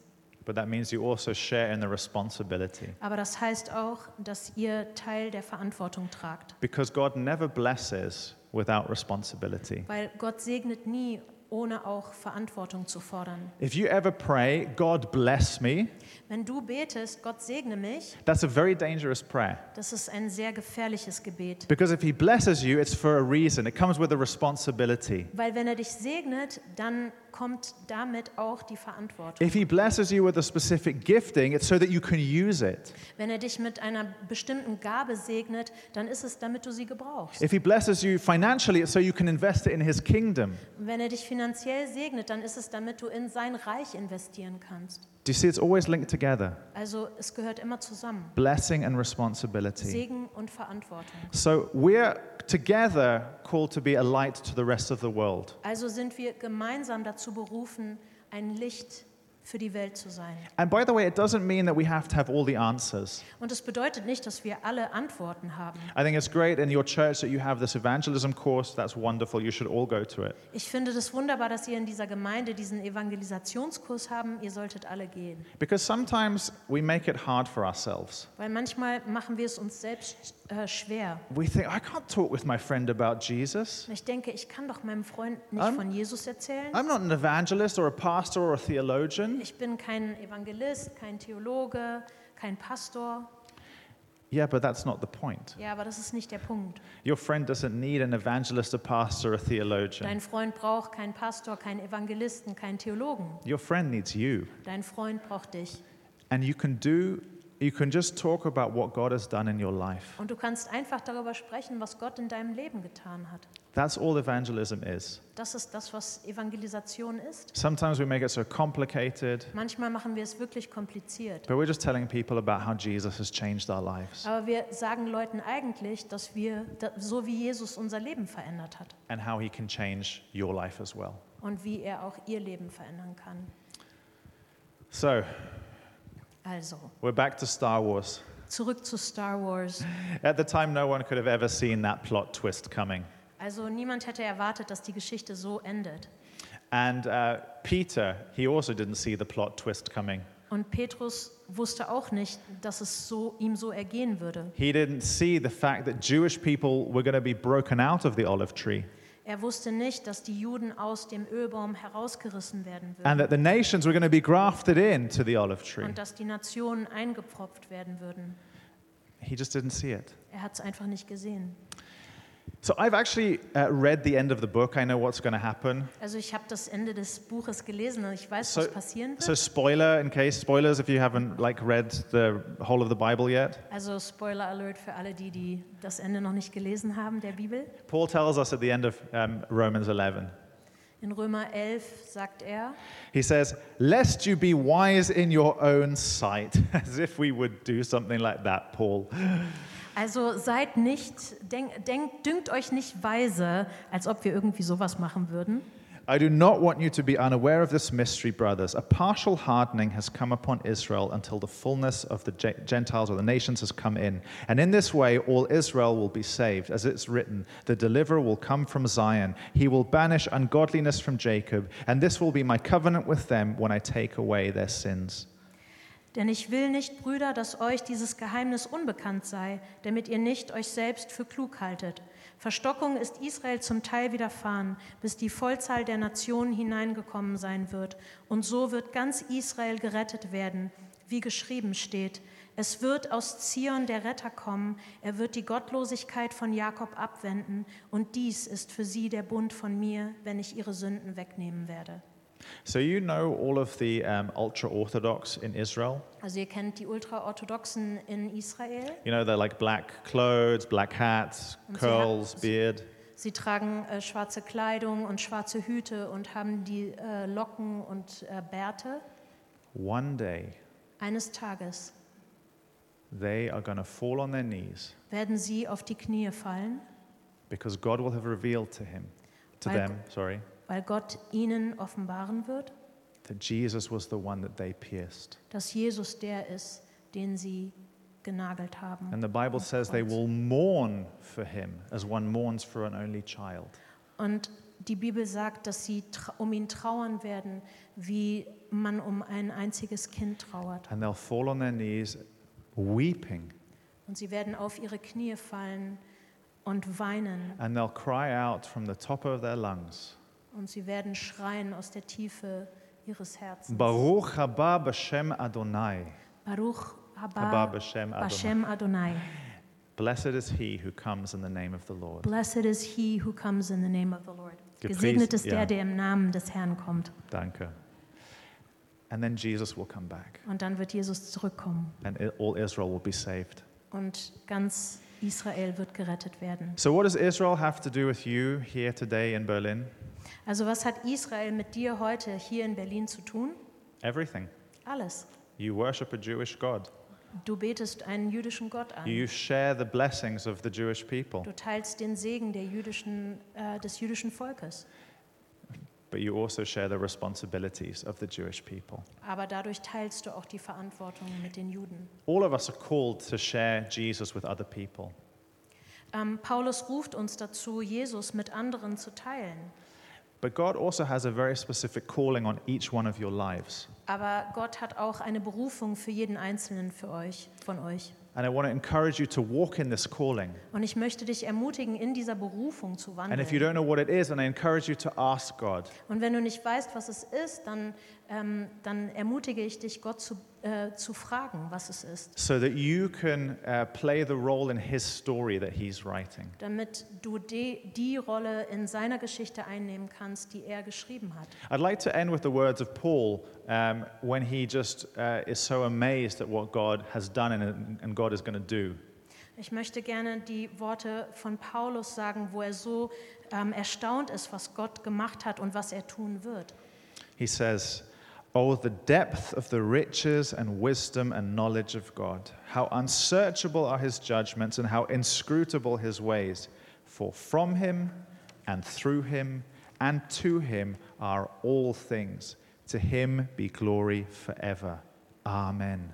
C: but that means you also share in the responsibility.
B: aber das heißt auch, dass ihr Teil der Verantwortung tragt,
C: Because God never blesses without responsibility.
B: weil Gott segnet nie, ohne auch Verantwortung zu fordern.
C: If you ever pray, God bless me,
B: Wenn du betest, Gott segne mich,
C: that's a very dangerous prayer.
B: das ist ein sehr gefährliches Gebet.
C: Because if He blesses you, it's for a reason, it comes with a responsibility.
B: Weil wenn er dich segnet, dann kommt damit auch die Verantwortung.
C: If he blesses you with a specific gifting, it's so that you can use it.
B: Wenn er dich mit einer bestimmten Gabe segnet, dann ist es, damit du sie gebrauchst.
C: If he blesses you financially, it's so you can invest it in his kingdom.
B: Und wenn er dich finanziell segnet, dann ist es, damit du in sein Reich investieren kannst.
C: Do you see it's always linked together?
B: Also es gehört immer zusammen.
C: Blessing and responsibility.
B: Segen und Verantwortung.
C: So we're together called to be a light to the rest of the world.
B: Also sind wir gemeinsam dazu berufen, ein Licht für die Welt zu sein.
C: And by the way, it doesn't mean that we have to have all the answers.
B: Und es bedeutet nicht, dass wir alle Antworten haben.
C: I think it's great in your church that you have this evangelism course. That's wonderful. You should all go to it.
B: Ich finde das wunderbar, dass ihr in dieser Gemeinde diesen Evangelisationskurs haben. Ihr solltet alle gehen.
C: Because sometimes we make it hard for ourselves.
B: Weil manchmal machen wir es uns selbst äh, schwer.
C: We think, I can't talk with my friend about Jesus.
B: Ich denke, ich kann doch meinem Freund nicht
C: Ähm?
B: von Jesus erzählen.
C: I'm not an evangelist or a pastor or a theologian.
B: Ich bin kein Evangelist, kein Theologe, kein Pastor.
C: Yeah, but that's not the point.
B: Ja, aber das ist nicht der Punkt.
C: Your friend doesn't need an evangelist, a pastor, a theologian.
B: Dein Freund braucht keinen Pastor, keinen Evangelisten, keinen Theologen.
C: Your friend needs you.
B: Dein Freund braucht dich.
C: And you can do, you can just talk about what God has done in your life.
B: Und du kannst einfach darüber sprechen, was Gott in deinem Leben getan hat.
C: That's all evangelism is.
B: Das ist das, was Evangelisation ist.
C: Sometimes we make it so complicated,
B: Manchmal machen wir es wirklich kompliziert.
C: but we're just telling people about how Jesus has changed our lives
B: Aber wir sagen Leuten eigentlich, dass wir, da- so wie Jesus unser Leben verändert hat
C: and how he can change your life as well.
B: und wie er auch ihr Leben verändern kann.
C: So,
B: Also,
C: we're back to Star Wars.
B: zurück zu Star Wars.
C: At the time, no one could have ever seen that plot twist coming.
B: Also, niemand hätte erwartet, dass die Geschichte so endet.
C: And uh, Peter, he also didn't see the plot twist coming.
B: Und Petrus wusste auch nicht, dass es so, ihm so ergehen würde.
C: He didn't see the fact that Jewish people were going to be broken out of the olive tree
B: Er wusste nicht, dass die Juden aus dem Ölbaum herausgerissen werden würden
C: and that the nations were going to be grafted into the olive tree.
B: und dass die Nationen eingepropft werden würden.
C: He just didn't see it.
B: Er hat es einfach nicht gesehen.
C: So I've actually uh, read the end of the book. I know what's going to happen.
B: Also ich habe das Ende des Buches gelesen und ich weiß,
C: So-
B: was passieren wird.
C: So spoiler in case spoilers if you haven't like read the whole of the Bible yet.
B: Also Spoiler Alert für alle die, die das Ende noch nicht gelesen haben der Bibel.
C: Paul tells us at the end of um, Romans 11.
B: In Römer 11 sagt er,
C: He says, "Lest you be wise in your own sight," [laughs] as if we would do something like that, Paul.
B: also seid nicht, denk, denk, dünkt euch nicht weise, als ob wir irgendwie sowas machen würden.
C: I do not want you to be unaware of this mystery, brothers. A partial hardening has come upon Israel until the fullness of the Ge- Gentiles or the nations has come in. And in this way, all Israel will be saved. As it's written, the deliverer will come from Zion. He will banish ungodliness from Jacob. And this will be my covenant with them when I take away their sins.
B: Denn ich will nicht, Brüder, dass euch dieses Geheimnis unbekannt sei, damit ihr nicht euch selbst für klug haltet. Verstockung ist Israel zum Teil widerfahren, bis die Vollzahl der Nationen hineingekommen sein wird. Und so wird ganz Israel gerettet werden, wie geschrieben steht. Es wird aus Zion der Retter kommen, er wird die Gottlosigkeit von Jakob abwenden, und dies ist für sie der Bund von mir, wenn ich ihre Sünden wegnehmen werde.
C: So, you know all of the um, ultra Orthodox in Israel.
B: Also ihr kennt die Ultraorthodoxen in Israel.
C: You know, they're like black clothes, black hats,
B: Und sie
C: curls,
B: hat-
C: beard.
B: Sie tragen äh, schwarze Kleidung und schwarze Hüte und haben die äh, Locken und äh, Bärte.
C: One day,
B: Eines Tages
C: they are going to fall on their knees
B: werden sie auf die Knie fallen,
C: because God will have revealed to him, to
B: Weil-
C: them, sorry,
B: weil Gott ihnen offenbaren wird,
C: that Jesus was the one that they pierced.
B: dass Jesus der ist, den sie genagelt haben.
C: And the Bible says they will mourn for him as one mourns for an only child.
B: Und die Bibel sagt, dass sie tra- um ihn trauern werden, wie man um ein einziges Kind trauert.
C: And they'll fall on their knees weeping
B: Und sie werden auf ihre Knie fallen und weinen.
C: and they'll cry out from the top of their lungs,
B: Und sie werden schreien aus der Tiefe ihres Herzens.
C: Baruch haba b'shem Adonai.
B: Baruch
C: Haba
B: haba
C: b'shem Adonai.
B: Bashem Adonai.
C: Blessed is he who comes in the name of the Lord.
B: Blessed is he who comes in the name of the Lord.
C: Gepriesen-
B: Gesegnet ist
C: ja.
B: der, der im Namen des Herrn kommt.
C: Danke. And then Jesus will come back
B: Und dann wird Jesus zurückkommen
C: and i- all Israel will be saved.
B: und ganz Israel wird gerettet werden.
C: So, what does Israel have to do with you here today in Berlin?
B: Also was hat Israel mit dir heute hier in Berlin zu tun?
C: Everything.
B: Alles.
C: You worship a Jewish God.
B: Du betest einen jüdischen Gott an.
C: You share the blessings of the Jewish people,
B: Du teilst den Segen der jüdischen, äh, des jüdischen Volkes.
C: but you also share the responsibilities of the Jewish people.
B: Aber dadurch teilst du auch die Verantwortung mit den Juden.
C: All of us are called to share Jesus with other people.
B: Ähm, Paulus ruft uns dazu, Jesus mit anderen zu teilen.
C: But God also has a very specific calling on each one of your lives.
B: Aber Gott hat auch eine Berufung für jeden Einzelnen für euch, von euch.
C: And I want to encourage you to walk in this calling.
B: Und ich möchte dich ermutigen, in dieser Berufung zu
C: And if you
B: wandeln.
C: don't know what it is, then I encourage you to ask God.
B: Und wenn du nicht weißt, was es ist, dann, ähm, dann ermutige ich dich, Gott zu, äh, zu fragen, was es ist,
C: so that you can uh, play the role in his story that he's writing.
B: damit du die, die Rolle in seiner Geschichte einnehmen kannst, die er geschrieben hat.
C: I'd like to end with the words of Paul um, when he just uh, is so amazed at what God has done and, and God is going to do.
B: Ich möchte gerne die Worte von Paulus sagen, wo er so ähm, erstaunt ist, was Gott gemacht hat und was er tun wird.
C: He says, Oh, the depth of the riches and wisdom and knowledge of God. How unsearchable are his judgments and how inscrutable his ways. For from him and through him and to him are all things. To him be glory forever. Amen.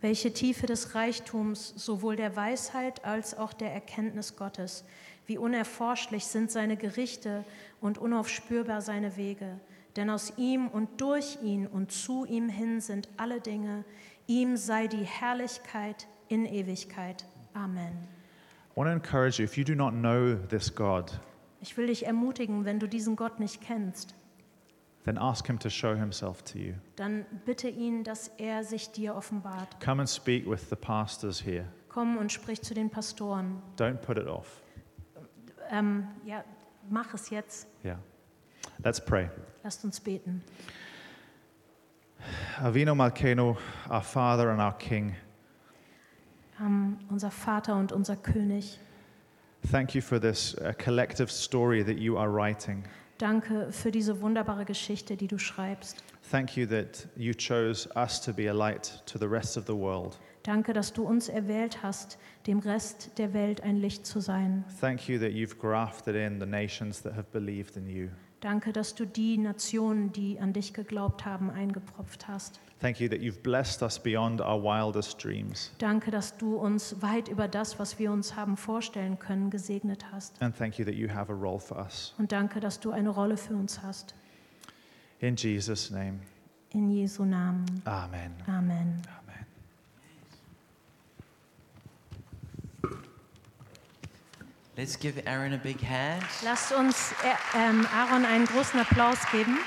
B: Welche Tiefe des Reichtums, sowohl der Weisheit als auch der Erkenntnis Gottes. Wie unerforschlich sind seine Gerichte und unaufspürbar seine Wege. Denn aus ihm und durch ihn und zu ihm hin sind alle Dinge. Ihm sei die Herrlichkeit in Ewigkeit. Amen.
C: I want to encourage you if you do not know this God,
B: Ich will dich ermutigen, wenn du diesen Gott nicht kennst,
C: then ask him to show himself to you.
B: dann bitte ihn, dass er sich dir offenbart.
C: Come and speak with the pastors here.
B: Komm und sprich zu den Pastoren.
C: Don't put it off.
B: Ähm, ja, mach es jetzt.
C: Yeah. Let's pray.
B: Lasst uns beten.
C: Avino Malkeno, our Father and our King,
B: Ähm, unser Vater und unser König,
C: thank you for this uh, collective story that you are writing.
B: danke für diese wunderbare Geschichte, die du schreibst.
C: Thank you that you chose us to be a light to the rest of the world.
B: Danke, dass du uns erwählt hast, dem Rest der Welt ein Licht zu sein.
C: Thank you that you've grafted in the nations that have believed in you.
B: Danke, dass du die Nationen, die an dich geglaubt haben, eingepropft hast.
C: Thank you that you've blessed us beyond our wildest dreams.
B: Danke, dass du uns weit über das, was wir uns haben vorstellen können, gesegnet hast.
C: And thank you that you have a role for us.
B: Und danke, dass du eine Rolle für uns hast.
C: In Jesus' name,
B: In Jesu Namen.
C: Amen.
B: Amen.
C: Amen.
A: Let's give Aaron a big hand.
B: Lasst uns äh, ähm, Aaron einen großen Applaus geben.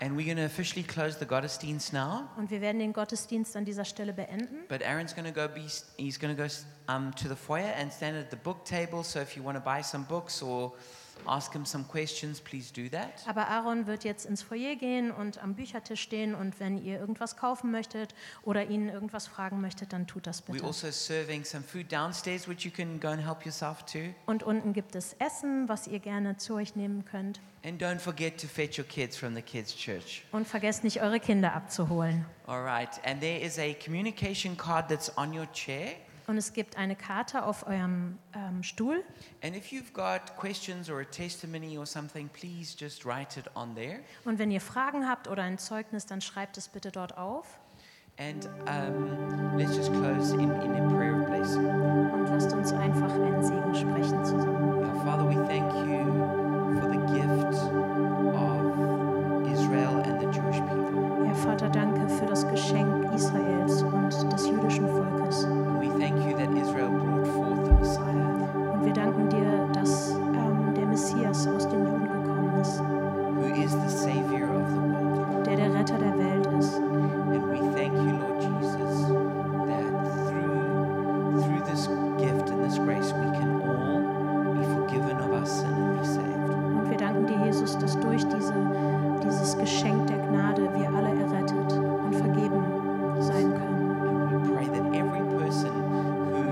A: And we're going to officially close the Gottesdienst now.
B: Und wir werden den Gottesdienst an dieser Stelle beenden.
A: But Aaron's going to go be, he's going to go um, to the foyer and stand at the book table. So if you want to buy some books or ask him some questions, please do that.
B: Aber Aaron wird jetzt ins Foyer gehen und am Büchertisch stehen. Und wenn ihr irgendwas kaufen möchtet oder ihn irgendwas fragen möchtet, dann tut das
A: We're
B: bitte.
A: also serving some food downstairs, which you can go and help yourself to.
B: Und unten gibt es Essen, was ihr gerne zu euch nehmen könnt.
A: And don't forget to fetch your kids from the kids' church.
B: Und vergesst nicht, eure Kinder abzuholen.
A: All right. And there is a communication card that's on your chair.
B: Und es gibt eine Karte auf eurem ähm, Stuhl.
A: And if you've got questions or a testimony or something, please just write it on there.
B: Und wenn ihr Fragen habt oder ein Zeugnis, dann schreibt es bitte dort auf.
A: And um, let's just close in, in a prayer of blessing.
B: Und lasst uns einfach einen Segen sprechen zusammen.
A: Now, Father, we thank you for the gift of Israel and the Jewish people.
B: Herr Vater, danke für das Geschenk Israels und des jüdischen Volkes.
A: We thank you that Israel brought forth the Messiah,
B: Und wir danken dir, dass ähm, der Messias aus den Juden gekommen ist,
A: who is the Savior of the world.
B: der der Retter der Welt ist.
A: And we thank you, Lord Jesus, that through, through this gift and this grace, we can all be forgiven of our sin and be saved.
B: Und wir danken dir, Jesus, dass durch diese, dieses Geschenk der Gnade wir alle errettet und vergeben sein können.
A: And we pray that every person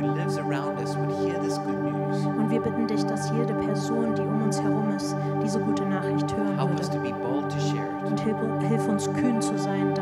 A: who lives around us would hear this good news.
B: Und wir bitten dich, dass jede Person, die um uns herum ist, diese gute Nachricht hören
A: Help us to
B: würde.
A: be bold to share it.
B: Und hilf, hilf uns kühn zu sein,